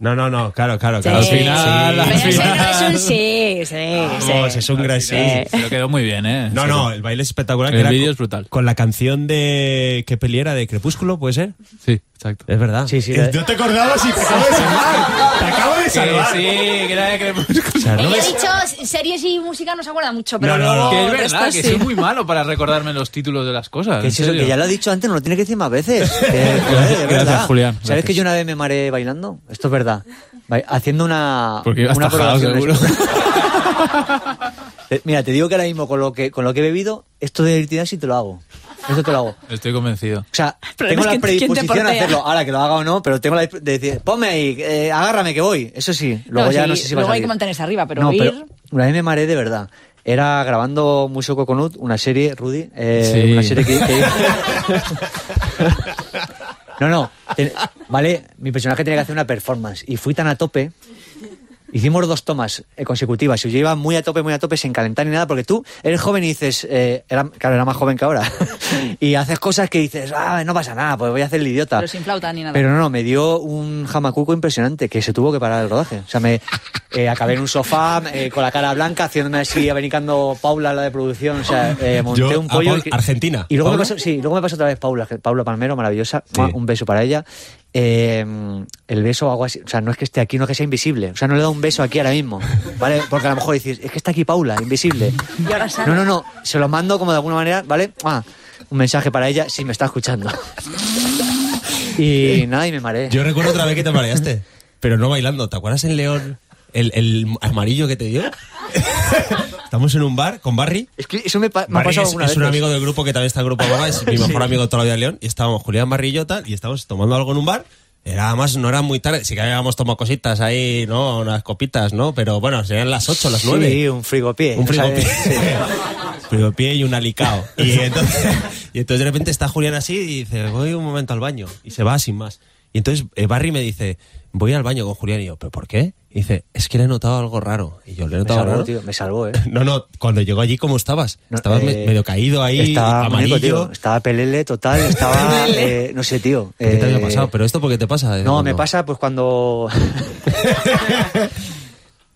A: No, no, no, claro, claro. claro.
G: al final, al
H: Pero ese
G: final.
H: no es un sí, sí, sí.
A: Vamos, es un gran sí.
G: Pero quedó muy bien, eh.
A: No,
G: Sí.
A: no, el baile es espectacular.
G: El
A: que era
G: vídeo
A: con-
G: es brutal.
A: Con la canción de. ¿Qué peli era? ¿De Crepúsculo? ¿Puede ser?
G: Sí, exacto.
A: Es verdad.
B: Sí, sí,
A: Eh,
B: la-
A: No te acordabas y te acabo de salvar. Te acabo de salvar.
I: que era de
A: O sea, no
H: Ella
A: ves-
H: ha dicho series y música no se acuerda mucho, pero
A: No, no,
H: luego
A: no.
G: Que es
H: el
G: verdad,
H: resto
G: que
H: sí.
G: soy muy malo para recordarme los títulos de las cosas.
B: Que
G: en
B: es eso,
G: serio.
B: que ya lo he dicho antes, no lo tiene que decir más veces. Que, joder, de
G: Gracias,
B: verdad.
G: Julián.
B: ¿Sabes
G: Gracias.
B: que yo una vez me mareé bailando? Esto es verdad. Ba- Haciendo una.
G: Porque ibas
B: una
G: tajado,
B: coloración.
G: seguro.
B: Eh, Mira, te digo que ahora mismo con lo que, con lo que he bebido, esto de identidad sí te lo hago. Esto te lo hago.
G: Estoy convencido.
B: O sea,
H: problema
B: tengo
H: es
B: la
H: que- ¿quién te
B: predisposición a
H: portea?
B: hacerlo. Ahora que lo haga o no, pero tengo la disp- de decir, ponme ahí, eh, agárrame que voy. Eso sí, luego
H: No,
B: ya
H: sí,
B: no sé si va a
H: luego hay
B: salir.
H: que mantenerse arriba, pero
B: no,
H: ir-
B: pero una vez me mareé de verdad. Era grabando Mucho Coconut, una serie, Rudy, eh,
G: Sí.
B: una serie que... que- no, no, ten- vale, mi personaje tenía que hacer una performance y fui tan a tope... Hicimos dos tomas eh, consecutivas y yo iba muy a tope, muy a tope, sin calentar ni nada, porque tú eres joven y dices, eh, era- claro, era más joven que ahora, y haces cosas que dices, ah, no pasa nada, pues voy a hacer el idiota.
H: Pero sin flauta ni nada.
B: Pero no, no, me dio un jamacuco impresionante que se tuvo que parar el rodaje. O sea, me eh, acabé en un sofá eh, con la cara blanca, haciéndome así, abanicando Paula, la de producción. O sea, eh, monté
A: Yo,
B: un
A: a
B: pollo.
A: Paul-
B: que-
A: Argentina.
B: Y luego me,
A: ¿Paula?
B: pasó, sí, luego me pasó otra vez Paula, que- Paula Palmero, maravillosa. Mua, Un beso para ella. Eh, el beso o algo así. O sea, no es que esté aquí, no es que sea invisible. O sea, no le he dado un beso aquí ahora mismo. ¿Vale? Porque a lo mejor dices, es que está aquí Paula, invisible.
H: Y ahora sale.
B: No, no, no. Se lo mando como de alguna manera, ¿vale? Mua, un mensaje para ella si me está escuchando. Y nada, y me mareé.
A: Yo recuerdo otra vez que te mareaste, pero no bailando. ¿Te acuerdas en León el, el amarillo que te dio? Estamos en un bar con Barry.
B: Es que eso me, pa- me ha
A: Barry
B: pasado
A: es,
B: alguna
A: es
B: vez.
A: un amigo del grupo que también está en el grupo Baba, es mi mejor amigo de toda la vida de León. Y estábamos Julián Barry y yo tal, y estábamos tomando algo en un bar. Era además, no era muy tarde, sí que habíamos tomado cositas ahí, ¿no? Unas copitas, ¿no? Pero bueno, serían las 8, las 9.
B: Sí, un frigopié.
A: Un
B: o sea,
A: frigopié.
B: eh,
A: Un frigopié y un alicao. Y entonces, y entonces de repente está Julián así y dice, voy un momento al baño. Y se va sin más. Y entonces eh, Barry me dice, voy al baño con Julián. Y yo, ¿pero por qué? Y dice, es que le he notado algo raro. Y yo, ¿le he
B: Me
A: notado algo
B: salvó,
A: raro?
B: tío, me salvó, ¿eh?
A: No, no, cuando llegó allí, ¿cómo estabas?
B: No,
A: estabas me-
B: eh,
A: medio caído ahí,
B: estaba
A: amarillo.
B: muñeco, tío. Estaba pelele total, estaba... eh, no sé, tío.
A: ¿Qué te había
B: eh,
A: pasado? ¿Pero esto por qué te pasa?
B: No, me
A: Cuando-
B: pasa pues cuando...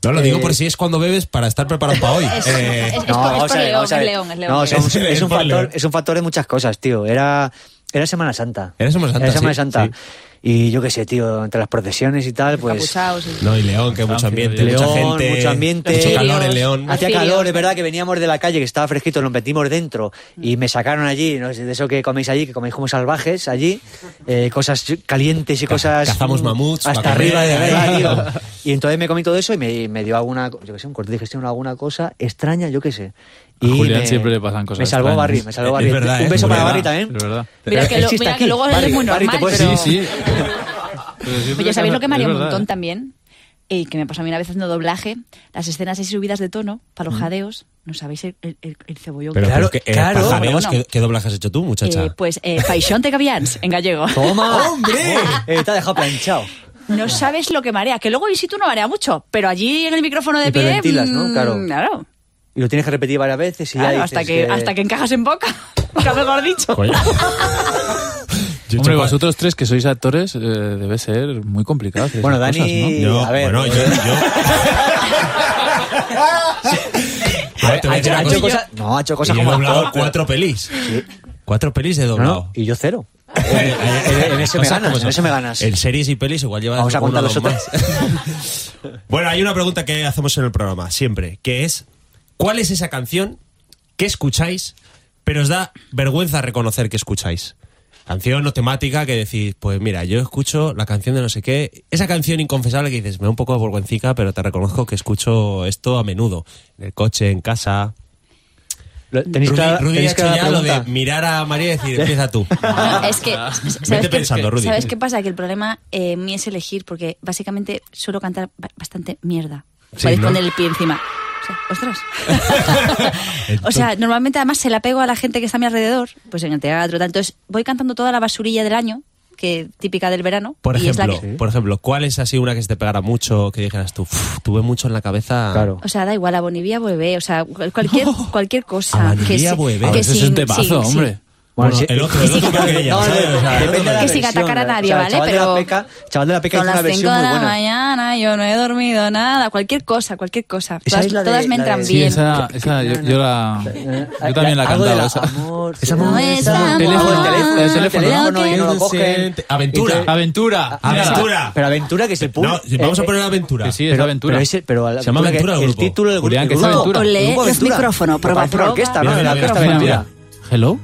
A: No, lo digo
B: eh,
A: por si es cuando bebes para estar preparado para hoy.
H: Es-
A: Eh,
H: es- por- es
B: vamos
H: por
B: a ver,
H: León,
B: vamos a
H: es
B: ver.
H: León, es León.
B: No, o sea,
A: Es
B: un- es,
A: León,
B: un
A: por León.
B: factor, es un factor de muchas cosas, tío. Era, era Semana Santa.
A: Era Semana Santa,
B: Era Semana
A: sí,
B: Santa.
A: sí.
B: Y yo qué sé, tío, entre las procesiones y tal, pues...
H: Encapuchados y-
A: no, y León, que mucho ambiente,
B: León,
A: mucha gente.
B: mucho ambiente.
A: Mucho calor en
H: Los
A: León.
H: Ah,
B: Hacía
H: Frío.
B: calor, es verdad que veníamos de la calle, que estaba fresquito, nos metimos dentro y
H: Mm.
B: me sacaron allí, no sé, de eso que coméis allí, que coméis como salvajes allí, eh, cosas calientes y cosas...
A: cazamos
B: mm,
A: mamuts
B: Hasta
A: para comer,
B: arriba de verdad,
A: claro.
B: tío. Y entonces me comí todo eso y me, me dio alguna, yo qué sé, un corte de digestión, alguna cosa extraña, yo qué sé. Y
G: A Julián
B: me-
G: siempre le pasan cosas
B: Me salvó
G: extrañas.
B: Barry, me salvó
A: Es
B: Barry.
A: verdad,
B: un
A: es
B: beso para
A: verdad,
B: Barry también.
G: Es verdad.
H: Mira que,
B: El
H: lo-
B: chiste
H: mira que
B: aquí.
H: luego
B: Barry,
H: es muy
B: Barry, te
H: normal,
B: puedes-
G: Sí,
H: pero...
G: sí. Pero siempre
H: Oye,
G: le
H: ¿sabéis lo que
G: pasa-
H: me haría
G: es
H: un
G: verdad.
H: montón también? Eh, que me pasó a mí una vez haciendo doblaje, las escenas así subidas de tono, para los jadeos, no sabéis el, el, el- el cebollón
A: Pero
H: que-
B: Claro,
A: porque, eh,
B: claro.
A: pajareos,
H: Bueno.
A: ¿qué, qué doblaje has hecho tú, muchacha?
H: Eh, pues eh, Paixón de Gavians, en gallego.
B: ¡Toma! ¡Hombre! te ha dejado planchado.
H: No sabes lo que marea, que luego in situ no marea mucho, pero allí en el micrófono de
B: Y pero
H: pie...
B: ventilas, ¿no?
H: mm,
B: Claro. Y lo tienes que repetir varias veces y ya
H: claro,
B: dices
H: Ah, hasta, que, hasta que encajas en boca, nunca mejor dicho.
A: Coño. Yo
G: Hombre,
A: chupa-
G: vosotros tres que sois actores eh, debe ser muy complicado. hacer
B: Bueno,
G: esas
B: Dani...
G: cosas,
A: Yo,
B: a ver,
A: bueno, yo, yo- Ahora te voy a decir
B: ha hecho,
A: una
B: ha
A: cosa.
B: hecho cosas, no, ha hecho
A: Y
B: cosas
A: he
B: como
A: doblado
B: actor,
A: cuatro pelis. Cuatro pelis he
B: pero-
A: doblado.
B: ¿no? Y yo cero.
A: Eh, eh, eh,
B: en ese
A: cosas
B: me ganas,
A: como
B: en
A: son.
B: ese me ganas.
A: En series y pelis igual llevas
B: Vamos a
A: alguno
B: contar los
A: o dos
B: otros.
A: más. bueno, hay una pregunta que hacemos en el programa siempre, que es ¿cuál es esa canción que escucháis pero os da vergüenza reconocer que escucháis? Canción o temática que decís, pues mira, yo escucho la canción de no sé qué, esa canción inconfesable que dices, me da un poco de vergüencica, pero te reconozco que escucho esto a menudo, en el coche, en casa.
B: Lo- Tenéis
A: Rudy,
B: clara-
A: Rudy
B: tenéis
A: ha hecho
B: clara
A: ya
B: la
A: lo de
B: pregunta.
A: mirar a María y decir, empieza tú.
H: No, es que,
A: Ah, Vete
H: ¿sabes,
A: pensando,
H: qué,
A: Rudy.
H: ¿sabes qué pasa? Que el problema eh, mío es elegir, porque básicamente suelo cantar ba- bastante mierda.
A: Sí,
H: Podéis
A: ¿no?
H: poner el pie encima. O sea, ostras. o sea, normalmente además se la pego a la gente que está a mi alrededor, pues en el teatro, tal. Entonces voy cantando toda la basurilla del año, que típica del verano.
A: Por
H: y es la
A: ejemplo,
H: que-
A: por ejemplo, ¿cuál es así una que se te pegara mucho, que dijeras tú, "Uf, tuve mucho en la cabeza?
B: Claro.
H: O sea, da igual, a Bonivia vuelve, o sea, cual- cualquier, cualquier cosa.
A: Abonibía
H: que si-
A: vuelve.
H: que
A: Ah,
G: Eso es
H: sin-
G: un temazo,
H: sí, sí.
G: hombre.
A: Bueno,
B: sí.
A: el otro, el otro peor que ella,
B: No,
A: ¿sabes?
B: no,
A: O sea, el otro
B: depende de la
H: Que sin
B: versión,
H: atacar a
B: ¿eh?
H: nadie,
B: O sea, el
H: ¿vale?
B: Chaval de la
H: Pero-
B: Peca, chaval de la Peca
H: Son
B: hizo una
H: las 5
B: versión
H: de
B: muy
H: la
B: buena.
H: mañana, yo no he dormido nada. Cualquier cosa, cualquier cosa.
B: Esa
H: Todas,
B: es la de-
H: todas me
B: la de-
H: entran
B: Sí,
G: Sí,
H: bien.
G: esa, esa yo, yo la, yo también la he
B: Algo de
G: cantado. esa.
B: Amor,
A: Esa
B: sí,
A: no
B: amor,
H: es
B: esa no-
H: amor,
B: Algo del
H: el
B: teléfono, el teléfono y no lo cogen.
A: Inocente. Aventura.
G: Aventura.
A: Aventura.
B: Pero Aventura, que es el
A: No,
B: público.
A: vamos a poner aventura.
G: Que eh, sí, es
B: pero,
G: aventura.
B: Pero, ese, pero la-
A: Se llama
B: la que-
A: Aventura el
B: el
A: grupo.
B: título del
G: Julián,
B: grupo.
G: que es Aventura.
H: O lee
B: Grupo
H: los
B: Aventura.
H: micrófonos,
B: Me
H: prueba,
B: parece una
H: prueba.
B: orquesta, ¿no?
A: Mira,
B: De la
A: mira,
B: orquesta
A: mira,
B: Aventura.
G: Hello.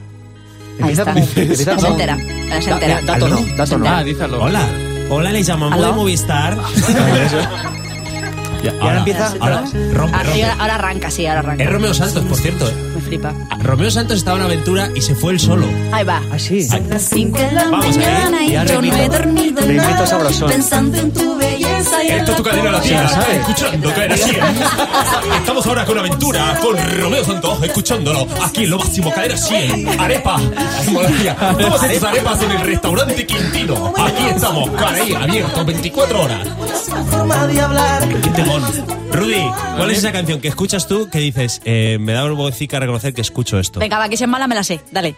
H: Ahí
B: Empieza
H: está.
B: como- empieza
H: Se
B: como-
H: entera, se
B: Da-
H: entera.
B: da tono, da tono.
G: Ah, dice hello.
A: Hola. Hola, les llamamos
H: ¿Aló?
A: de Movistar. Y
B: ahora empieza-
A: Ahora, rompe,
H: Ah, sí,
A: rompe.
H: ahora- ahora arranca, sí, ahora arranca.
A: Es Romeo Santos, por cierto. eh.
H: Me flipa.
A: Romeo Santos estaba en aventura y se fue él solo.
H: Ahí va.
B: Ah, sí.
F: Las cinco de la
A: Vamos a ver,
F: mañana y
B: ya
F: yo no he
B: remito.
F: dormido
B: Remito
F: nada
B: sabrosón.
F: pensando en tu belleza y en
J: Esto es tu cadena la
F: colonia.
J: tierra,
B: ¿sabes?
J: escuchando caer así. Estamos ahora con Aventura, con Romeo Santos, escuchándolo. Aquí en lo máximo, caer así. Arepa. Molaría. Todas estas arepas en el restaurante Quintino. Aquí estamos, caray, abierto 24 horas.
A: Qué temón. Rudy, ¿cuál es esa canción que escuchas tú que dices, eh, me da vergüenza reconocer que escucho esto?
H: Venga, va, que si es mala me la sé. Dale.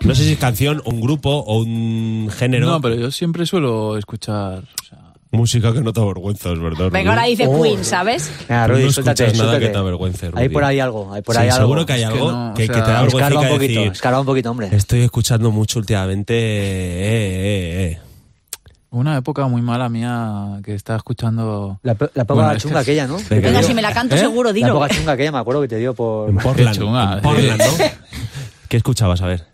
A: No sé si es canción, un grupo o un género.
G: No, pero yo siempre suelo escuchar. o sea,
A: Música que no te avergüenza, es verdad.
H: Venga, ahora dice
B: Oh.
H: Queen, ¿sabes?
B: Venga,
A: No
B: Rudy,
A: escuchas
B: suéltate,
A: nada
B: suéltate.
A: que te avergüence, Rudy.
B: Hay por ahí algo, hay por ahí
A: Sí,
B: algo.
A: Seguro que hay
G: Es que
A: algo que,
G: no, o
A: que
G: sea,
A: te da vergüenza
B: Escarba un
A: decir,
B: poquito, escarba un poquito, hombre.
A: Estoy escuchando mucho últimamente. eh, eh, eh".
G: una época muy mala mía que estaba escuchando.
B: La, pe- la poca
G: Bueno, es
B: chunga
G: que-
B: aquella, ¿no? Que te
H: Venga,
B: dio.
H: si me la canto
G: ¿Eh?
H: seguro,
B: La
H: dilo.
B: poca chunga aquella me acuerdo que te dio por...
A: Portland.
G: Qué chunga,
A: en Portland, ¿no? ¿Qué escuchabas? A ver.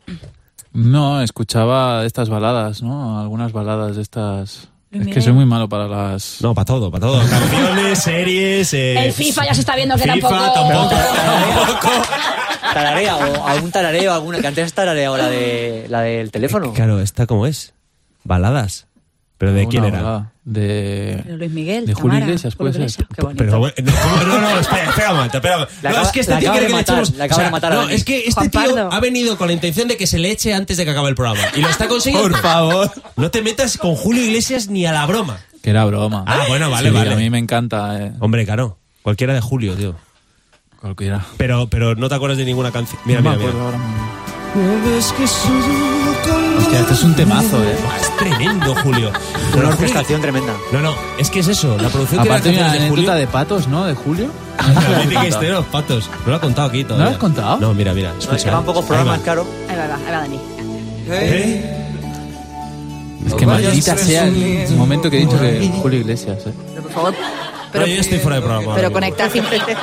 G: No, escuchaba estas baladas, ¿no? Algunas baladas de estas.
H: Luis
G: Es que soy
H: Miguel.
G: muy malo para las.
A: No, para todo, para todo. Canciones, series. eh,
H: El FIFA ya se está viendo que
A: FIFA,
H: tampoco.
A: tampoco.
B: Tararea, o algún tarareo, alguna que antes tarareaba la, de, la del teléfono.
A: Claro, ¿esta cómo es? Baladas.
K: ¿Pero de
G: Una
K: quién era?
G: abogada. De...
H: Luis Miguel.
G: De Julio
H: Tamara,
G: Iglesias, puede
H: Julio
G: ser.
H: Iglesias, qué bonito.
K: Pero bueno, no, no, no, espera, espera un momento, espera un momento.
B: La
K: No,
B: acaba-
K: es que este
B: la
K: tío
B: acaba
K: quiere
B: de
K: que le
B: matar,
K: echemos.
B: la acaba de matar a
A: no,
B: Dani.
A: es que este
H: Juan
A: tío
H: Pardo.
A: ha venido con la intención de que se le eche antes de que acabe el programa. Y lo está consiguiendo.
K: Por favor.
A: No te metas con Julio Iglesias ni a la broma.
G: Que era broma.
A: Ah, bueno, vale,
G: Sí,
A: vale.
G: A mí me encanta. eh,
K: Hombre, claro. Cualquiera de Julio, tío.
G: cualquiera.
K: Pero, pero no te acuerdas de ninguna canción. Mira,
G: No
K: mira,
G: me
K: mira.
G: acuerdo ahora mismo. Hostia, este es un temazo, eh.
A: Buah, Es tremendo, Julio. Pero
B: Una
A: Julio-
B: orquestación tremenda.
A: No, no, es que es eso. La producción
G: Aparte,
A: que
G: mira,
A: era
G: la
A: de
G: anécdota
A: Julio. Ah,
G: de patos, ¿no? De Julio.
K: También dijiste los patos. No lo he contado aquí todavía.
G: lo
A: eh.
G: has contado?
K: No, mira, mira.
B: No, es que
K: Escucha.
B: van pocos programas, claro.
H: Ahí va, ahí va, ahí va Dani.
A: Eh,
G: Es que maldita sea el momento que he dicho que Julio Iglesias, eh.
A: Pues,
H: Pero, por favor. Pero,
K: No, yo estoy fuera de programa.
H: pero
K: ahora mismo.
H: conectad,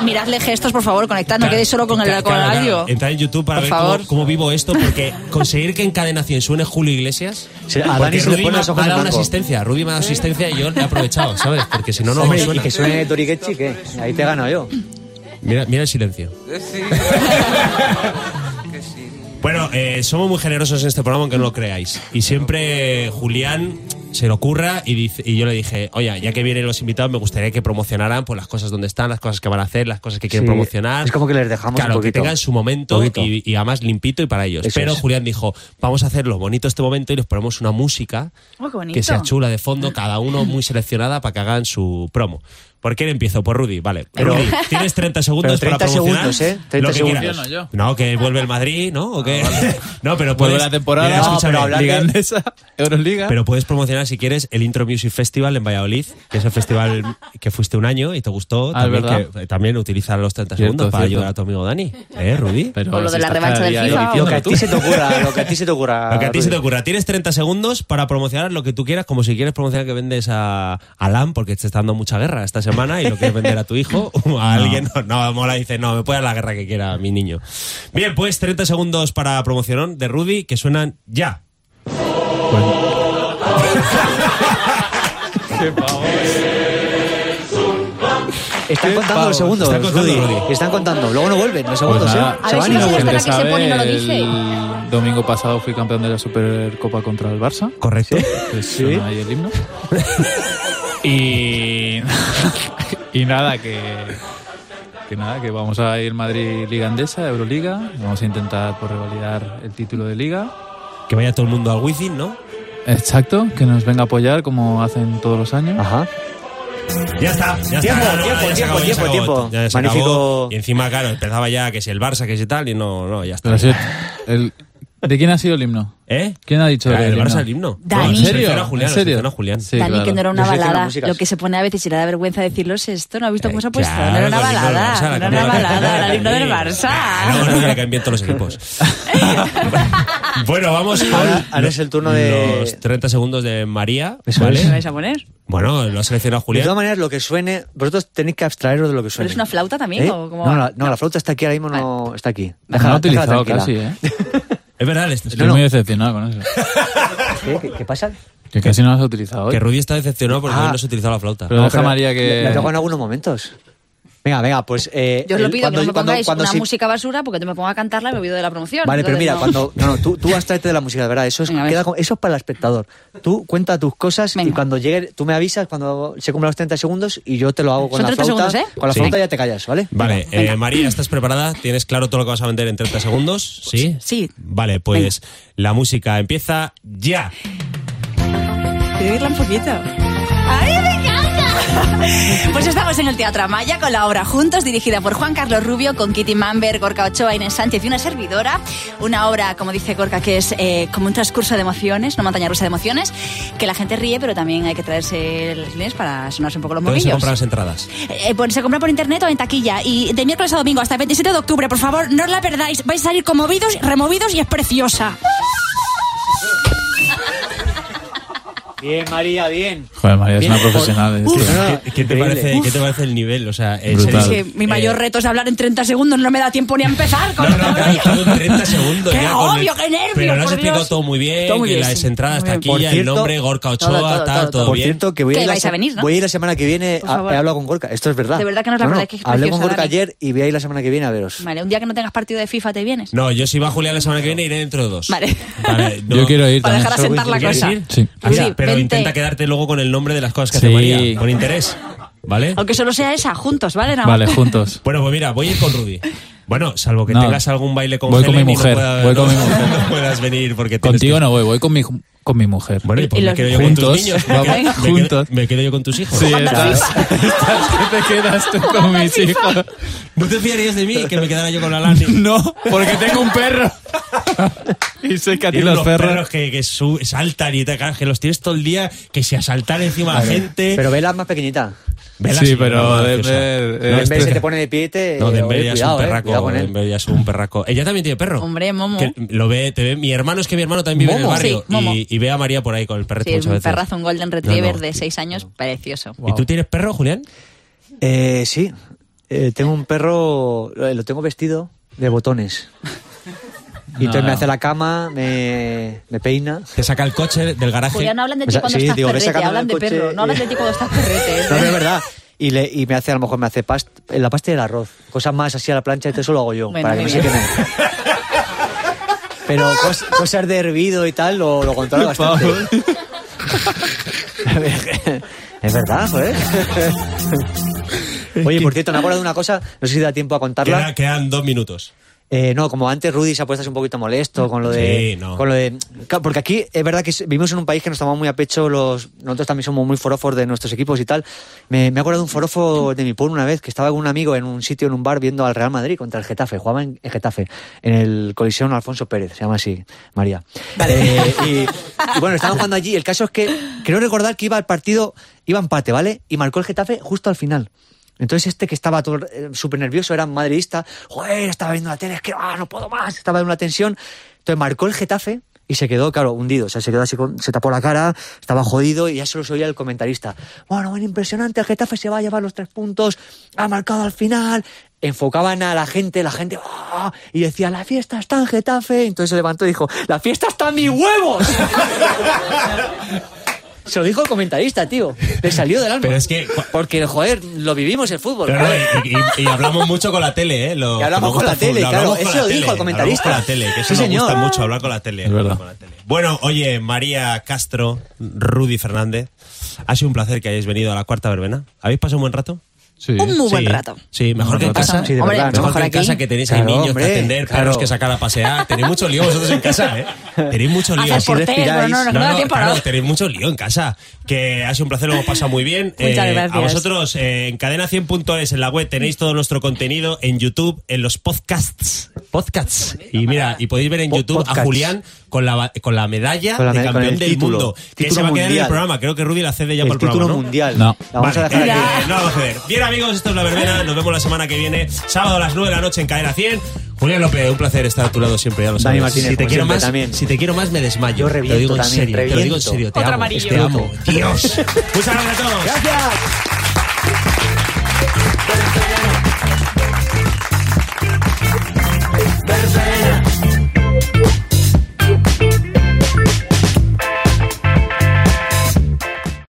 H: y- miradle gestos, por favor, conectad, no quedéis solo con el
A: Claro,
H: con el
A: claro,
H: audio.
A: Entra en YouTube para
H: Por
A: ver cómo,
H: favor.
A: cómo vivo esto, porque conseguir que en Cadena 100 suene Julio Iglesias.
B: Sí, a
A: porque
B: Dani se le
A: Rudy
B: ponen
A: me
B: los ojos
A: ha
B: en
A: dado una
B: blanco.
A: asistencia. Rudy me ha dado asistencia y yo he aprovechado, ¿sabes? Porque si no, no me
B: Hombre, y
A: suena.
B: que suene Toriquechi, ¿qué? Ahí te gano yo.
A: Mira, mira el silencio. Bueno, eh, somos muy generosos en este programa, aunque no lo creáis. Y siempre eh, Julián se le ocurra y, dice- y yo le dije, oye, ya que vienen los invitados, me gustaría que promocionaran pues, las cosas donde están, las cosas que van a hacer, las cosas que quieren
B: Sí,
A: promocionar.
B: es como que les dejamos
A: Claro,
B: un poquito.
A: que tengan su momento
B: Poquito.
A: y, y además limpito y para ellos.
B: Eso
A: Pero
B: es.
A: Julián dijo, vamos a hacerlo bonito este momento y les ponemos una música
H: Oh, qué bonito.
A: que sea chula de fondo, cada uno muy seleccionada para que hagan su promo. ¿Por quién empiezo? Por Rudy, vale. Rudy, tienes 30 segundos
B: Pero
A: para
B: 30
A: promocionar
B: segundos, ¿eh? 30
A: lo que
B: segundos. Ah,
A: quieras.
G: Yo.
A: No, que vuelve el Madrid, ¿no? ¿O qué? no, pero puedes...
G: Vuelve la temporada,
A: Mira,
B: No,
A: escúchame,
B: pero hablar de-
G: Liga Andesa, Euroliga.
A: pero puedes promocionar si quieres el Intro Music Festival en Valladolid, que es el festival que fuiste un año y te gustó.
G: Ah,
A: también,
G: ¿verdad?
A: que- eh, también utilizar los 30
G: Cierto,
A: segundos para
G: cierto.
A: ayudar a tu amigo Dani. ¿Eh, Rudy?
G: Pero
H: O lo de
G: si
H: la
G: estás
H: revancha
G: cada
H: del
G: día ahí
H: FIFA, ¿o?
B: Lo que a
G: diciéndolo tú.
B: ti se te ocurra, lo que a ti se te ocurra.
A: Lo que a ti se te
B: Rudy.
A: ocurra. Tienes 30 segundos para promocionar lo que tú quieras, como si quieres promocionar que vendes a Alan, porque te está dando mucha guerra esta semana y lo quieres vender a tu hijo o a alguien. No, no, mola, dice, no, me puede dar la guerra que quiera mi niño. Bien, pues 30 segundos para promocionar de Rudy que suenan ya.
G: Pues
B: Están contando los segundos,
A: Están contando,
B: Rudy.
A: Rudy.
B: Están contando. Luego no vuelven los
G: Pues
B: segundos,
G: nada,
B: ¿eh? Se
H: A ver
B: van
H: si
B: y
H: nos
B: no
H: gusta
B: vuelven.
H: la
G: gente
H: que se pone, no lo
G: sabe,
H: dije.
G: El domingo pasado fui campeón de la Supercopa contra el Barça.
A: Correcto.
G: Pues suena ahí el himno. y, y nada, que, que nada, que vamos a ir Madrid Liga Andesa, Euroliga. Vamos a intentar por revalidar el título de Liga.
A: Que vaya todo el mundo al wifi, ¿no?
G: Exacto, que nos venga a apoyar como hacen todos los años.
H: Ah.
B: Ajá.
A: Ya está, ya
B: Tiempo,
A: está.
B: tiempo,
A: ya se acabó, ya
B: tiempo,
A: se acabó.
B: tiempo, tiempo.
A: Ya se acabó.
B: Magnífico.
A: Y encima, claro, empezaba ya que si el Barça, que si tal, y no, no, ya está.
G: Pero sí, el- ¿De quién ha sido el himno?
A: ¿Eh?
G: ¿Quién ha dicho
A: Claro,
G: el
A: el
G: himno?
A: Barça el himno.
H: Dani.
A: No,
H: ¿En
A: se
G: serio?
A: menciona a Julián,
G: ¿En
A: se
G: serio?
A: menciona a Julián.
G: Sí,
H: Dani,
G: claro.
H: que no era
B: Yo
H: una
B: sé que no,
H: balada.
B: músicas.
H: Lo que se pone a veces y le da vergüenza decirlos esto. ¿No has visto cómo se ha puesto?
A: Eh, Claro,
H: no era una
A: el himno del
H: balada.
A: Barça, la
H: no
A: copia
H: era una
A: de la
H: balada. El himno del
A: Copa.
H: Barça.
A: No, no, no, que invierto los equipos. bueno, vamos con.
B: Ahora- ahora es el turno de-
A: Los 30 segundos de María.
B: Eso
A: ¿vale?
H: ¿Qué vais a poner?
A: Bueno, lo ha seleccionado
B: De todas
A: Julián.
B: maneras, lo que suene, vosotros tenéis que abstraeros de lo que suene.
H: ¿Pero es una flauta también,
B: ¿Eh?
H: o cómo
B: No,
H: va?
B: la, no, la flauta está aquí ahora mismo, no está aquí.
G: No lo
B: Déjala,
G: he utilizado
B: déjala
G: casi,
B: tranquila.
G: ¿eh?
A: Es verdad, este le-
G: Estoy muy decepcionado con eso. ¿eh?
B: ¿Qué, ¿Qué- qué pasa?
G: Que casi no lo has utilizado. hoy.
A: que Rudy está decepcionado porque
B: Ah.
A: hoy no se ha utilizado la flauta.
G: Pero
B: No,
G: deja a
B: pero
G: María que...
B: La toco en algunos momentos. Venga, venga, pues... eh,
H: Yo os lo
B: el-
H: pido
B: cuando-
H: que no me
B: cuando-
H: pongáis
B: cuando
H: una
B: sí-
H: música basura porque yo me pongo a cantarla y me olvido de la promoción.
B: Vale, pero mira,
H: Entonces, no.
B: cuando... No, no, tú, tú abstraete de la música, de verdad. Eso es,
H: Venga, a ver.
B: queda con- eso es para el espectador. Tú cuenta tus cosas y
H: Venga.
B: cuando llegue... Tú me avisas cuando se cumplan los 30 segundos y yo te lo hago con
H: Son
B: la
H: 30
B: flauta.
H: segundos, ¿eh?
B: Con la
A: Sí.
B: flauta ya te callas, ¿vale?
A: Vale, eh, María, ¿estás preparada? ¿Tienes claro todo lo que vas a vender en 30 segundos? ¿Sí?
H: Sí.
A: Vale, pues la música empieza ya.
H: Vivirla un poquito. ¡Ay, me encanta! Pues estamos en el Teatro Amaya con la obra Juntos, dirigida por Juan Carlos Rubio, con Kitty Mamber, Gorka Ochoa, Inés Sánchez y una servidora. Una obra, como dice Gorka, que es eh, como un transcurso de emociones, una montaña rusa de emociones, que la gente ríe, pero también hay que traerse las líneas para sonarse un poco los
A: Puedes
H: movillos.
A: comprar las entradas.
H: Eh, pues se compra por internet o en taquilla. Y de miércoles a domingo hasta el 27 de octubre, por favor, no os la perdáis. Vais a salir conmovidos, removidos y es preciosa.
B: Bien, María, bien.
G: Joder, María es una profesional. eh, de esto.
A: ¿Qué, qué te
B: Increíble.
A: parece, ¿Qué te parece el nivel? O sea, es-
G: Brutal.
H: Es que mi mayor
A: Eh,
H: reto es hablar en 30 segundos, no me da tiempo ni a empezar. Con
A: No, no, claro, todo en 30 segundos.
H: Qué
A: ya con
H: agobio, qué nervio,
A: Pero lo has
H: por
A: explicado
H: Dios.
A: todo muy bien,
H: Todo muy
A: que
H: bien,
A: las
H: sí.
A: entradas,
H: Muy bien.
A: taquilla,
B: Por
A: el
B: cierto-
A: nombre, Gorka Ochoa,
H: Todo,
A: tal,
H: todo, todo,
A: todo,
H: todo.
B: Por
A: bien.
B: cierto, que voy a,
H: Que
B: ir la,
H: vais a
B: se-
H: venir, ¿no?
B: voy a ir la semana que viene.
H: Por
B: a-
H: favor.
B: he hablado con Gorka, esto es verdad.
H: De verdad que no es la verdad, que es
B: Hablé con
H: preciosa,
B: Gorka
H: Dani.
B: ayer y voy a ir la semana que viene a veros.
H: Vale, un día que no tengas partido de FIFA te vienes.
A: No, yo si va a Julián la semana que viene iré dentro de dos.
H: Vale.
A: Vale, no-
G: Yo quiero ir
H: Para
G: también.
H: dejar asentar la
A: ¿Quieres
H: cosa.
A: ir?
G: Sí.
A: Ah, ya,
H: Rudy,
A: pero Pero
H: gente.
A: intenta quedarte luego con el nombre de las cosas que
G: Sí.
A: hace María, con interés. ¿Vale?
H: Aunque solo sea esa, juntos, ¿vale? Nada más.
G: Vale, juntos.
A: Bueno, pues mira, voy a ir con Rudy. Bueno, salvo que
G: No.
A: tengas algún baile con
G: Voy con
A: Helen
G: mi
A: y no
G: mujer,
A: pueda-
G: voy con
A: no-
G: mi mujer.
A: no puedas venir porque tienes
G: Contigo
A: que-
G: no voy, voy con mi, con mi mujer.
A: Bueno, y pues
H: Y
A: me
H: los-
A: quedo yo con
G: Juntos,
A: tus niños. me
G: vamos,
A: quedo- me quedo-
G: juntos.
A: Me quedo yo con tus hijos.
G: Sí, estás, estás que te quedas tú con mis hijos.
A: No te fiarías de mí que me quedara yo con la Lani.
G: No, porque tengo un perro. y sé que a ti
A: Tienes unos
G: los perros.
A: perros que, que su- saltan y te cagas, que los tienes todo el día, que si asaltar encima a la gente.
B: Pero vela más pequeñita.
A: Vela
G: Sí,
A: así,
G: pero
A: no,
G: Denver,
A: graciosa.
G: eh,
A: No,
B: En vez
A: este-
B: se te pone de pie y te.
A: No,
B: oye,
A: Denver ya es
B: cuidado,
A: un
B: eh,
A: perraco.
B: cuidado con él.
A: Denver ya es un perraco. Ella también tiene perro.
H: Hombre, Momo.
A: Que lo ve, te ve. Mi hermano es que mi hermano también vive
H: Momo.
A: en el
H: Sí, Momo.
A: barrio. y, y ve a María por ahí con el perrito
H: Sí, es
A: muchas
H: un
A: veces.
H: perrazo, un golden retriever
A: No, no.
H: de 6 años, precioso.
A: ¿Y tú tienes perro, Julián?
B: Eh, sí, Eh, tengo un perro, eh, lo tengo vestido de botones. Y entonces me hace la cama, me, me peina.
A: Te saca el coche del garaje.
H: Julián, no hablan de ti
B: O sea,
H: cuando
B: sí,
H: estás
B: digo, ve
H: perrete,
B: sacándome
H: hablan
B: el
H: de
B: coche
H: perro. No hablan
B: y-
H: de ti cuando estás perrete. ¿eh?
B: No, pero es verdad. Y, le, y me hace, a lo mejor me hace past- la pasta y el arroz. Cosas más así a la plancha, y todo eso lo hago yo.
H: Bueno,
B: para que
H: muy
B: no se
H: bien.
B: quemen. Pero cos- cosas de hervido y tal, lo, lo controlo bastante. es verdad, joder. Oye, por cierto, me acuerdo de una cosa, no sé si da tiempo a contarla.
A: Queda- quedan dos minutos.
B: Eh, no, como antes Rudy se ha puesto así un poquito molesto con lo de...
A: Sí, no.
B: con lo de claro, porque aquí es verdad que s- vivimos en un país que nos tomamos muy a pecho los... Nosotros también somos muy forofos de nuestros equipos y tal. Me, me he acordado de un forofo de mi pueblo una vez que estaba con un amigo en un sitio, en un bar, viendo al Real Madrid contra el Getafe. Jugaba en el Getafe, en el Coliseo Alfonso Pérez, se llama así, María. Eh, y, y bueno, estaban jugando allí. El caso es que creo recordar que iba al partido, iba empate, ¿vale? Y marcó el Getafe justo al final. Entonces este que estaba todo, eh, súper nervioso, era madridista, joder, estaba viendo la tele, es que ah, no puedo más, estaba en una tensión. Entonces marcó el Getafe y se quedó, claro, hundido, o sea, se quedó así, con- se tapó la cara, estaba jodido y ya solo se oía el comentarista. Bueno, bueno, impresionante, el Getafe se va a llevar los tres puntos, ha marcado al final. Enfocaban a la gente, la gente, "Ah", y decía, la fiesta está en Getafe. Entonces se levantó y dijo, la fiesta está en mis huevos. se lo dijo el comentarista, tío. Le salió del alma.
A: Pero es que-
B: Porque, joder, lo vivimos el fútbol.
A: Pero no,
B: joder.
A: y, y- y hablamos mucho con la tele, ¿eh? Lo,
B: Que hablamos
A: nos
B: con la
A: gusta full,
B: tele,
A: lo
B: claro,
A: hablamos con
B: eso
A: la
B: lo dijo
A: tele,
B: el comentarista.
A: hablamos con la tele, que eso
B: Sí,
A: nos gusta
B: señor.
A: mucho, hablar con la tele. hablar
G: verdad.
A: con la tele. Bueno, oye, María Castro, Rudy Fernández, ha sido un placer que hayáis venido a la cuarta verbena. ¿Habéis pasado un buen rato?
G: Sí.
H: Un muy buen
A: Sí,
H: rato.
A: Sí, mejor que en
H: Pasado.
A: casa.
B: Sí, de
H: Hombre,
B: verdad,
A: Mejor que
H: mejor
A: en
H: aquí.
A: casa que tenéis ahí
B: Claro,
A: niños
B: hombre,
A: que atender,
B: claro.
A: perros que sacar a pasear. Tenéis mucho lío vosotros en casa, ¿eh? Tenéis mucho lío.
H: Haces
B: Así
H: portero, no,
B: respiráis.
H: no, no,
A: No,
H: no da
A: no,
H: tiempo a
A: claro,
H: nada.
A: tenéis mucho lío en casa. Que ha sido un placer, lo hemos pasado muy bien. Eh,
H: Muchas
A: A
H: gracias.
A: vosotros, eh, en cadena100.es, en la web, tenéis todo nuestro contenido en YouTube, en los podcasts. Podcasts. Y mira, y podéis ver en
B: Po-
A: YouTube a
B: podcasts.
A: Julián con la, ba- con la medalla
B: Con la
A: de
B: medalla,
A: campeón
B: con el
A: del
B: título.
A: mundo. Que
B: Título
A: se va a quedar en el
B: mundial.
A: programa. Creo que Rudy la cede ya
B: el
A: por el
B: título
A: programa. ¿no?
B: mundial.
G: No.
B: La vamos
A: Vale,
B: a dejar aquí.
A: eh, no vamos a ceder. Bien, amigos, esto es La Verbena. Nos vemos la semana que viene, sábado a las 9 de la noche en Cadena 100. Julián López, un placer estar a tu lado siempre, ya lo
B: Dani
A: sabes.
B: Martínez,
A: si te
B: como
A: quiero
B: siempre,
A: más,
B: también.
A: si te quiero más me desmayo.
B: Yo reviento
A: te lo digo en
B: también,
A: serio, te lo digo en
B: reviento.
A: serio, te
H: Otro
A: amo,
H: amarillo.
A: te amo. Dios. Muchas gracias a todos.
B: Gracias.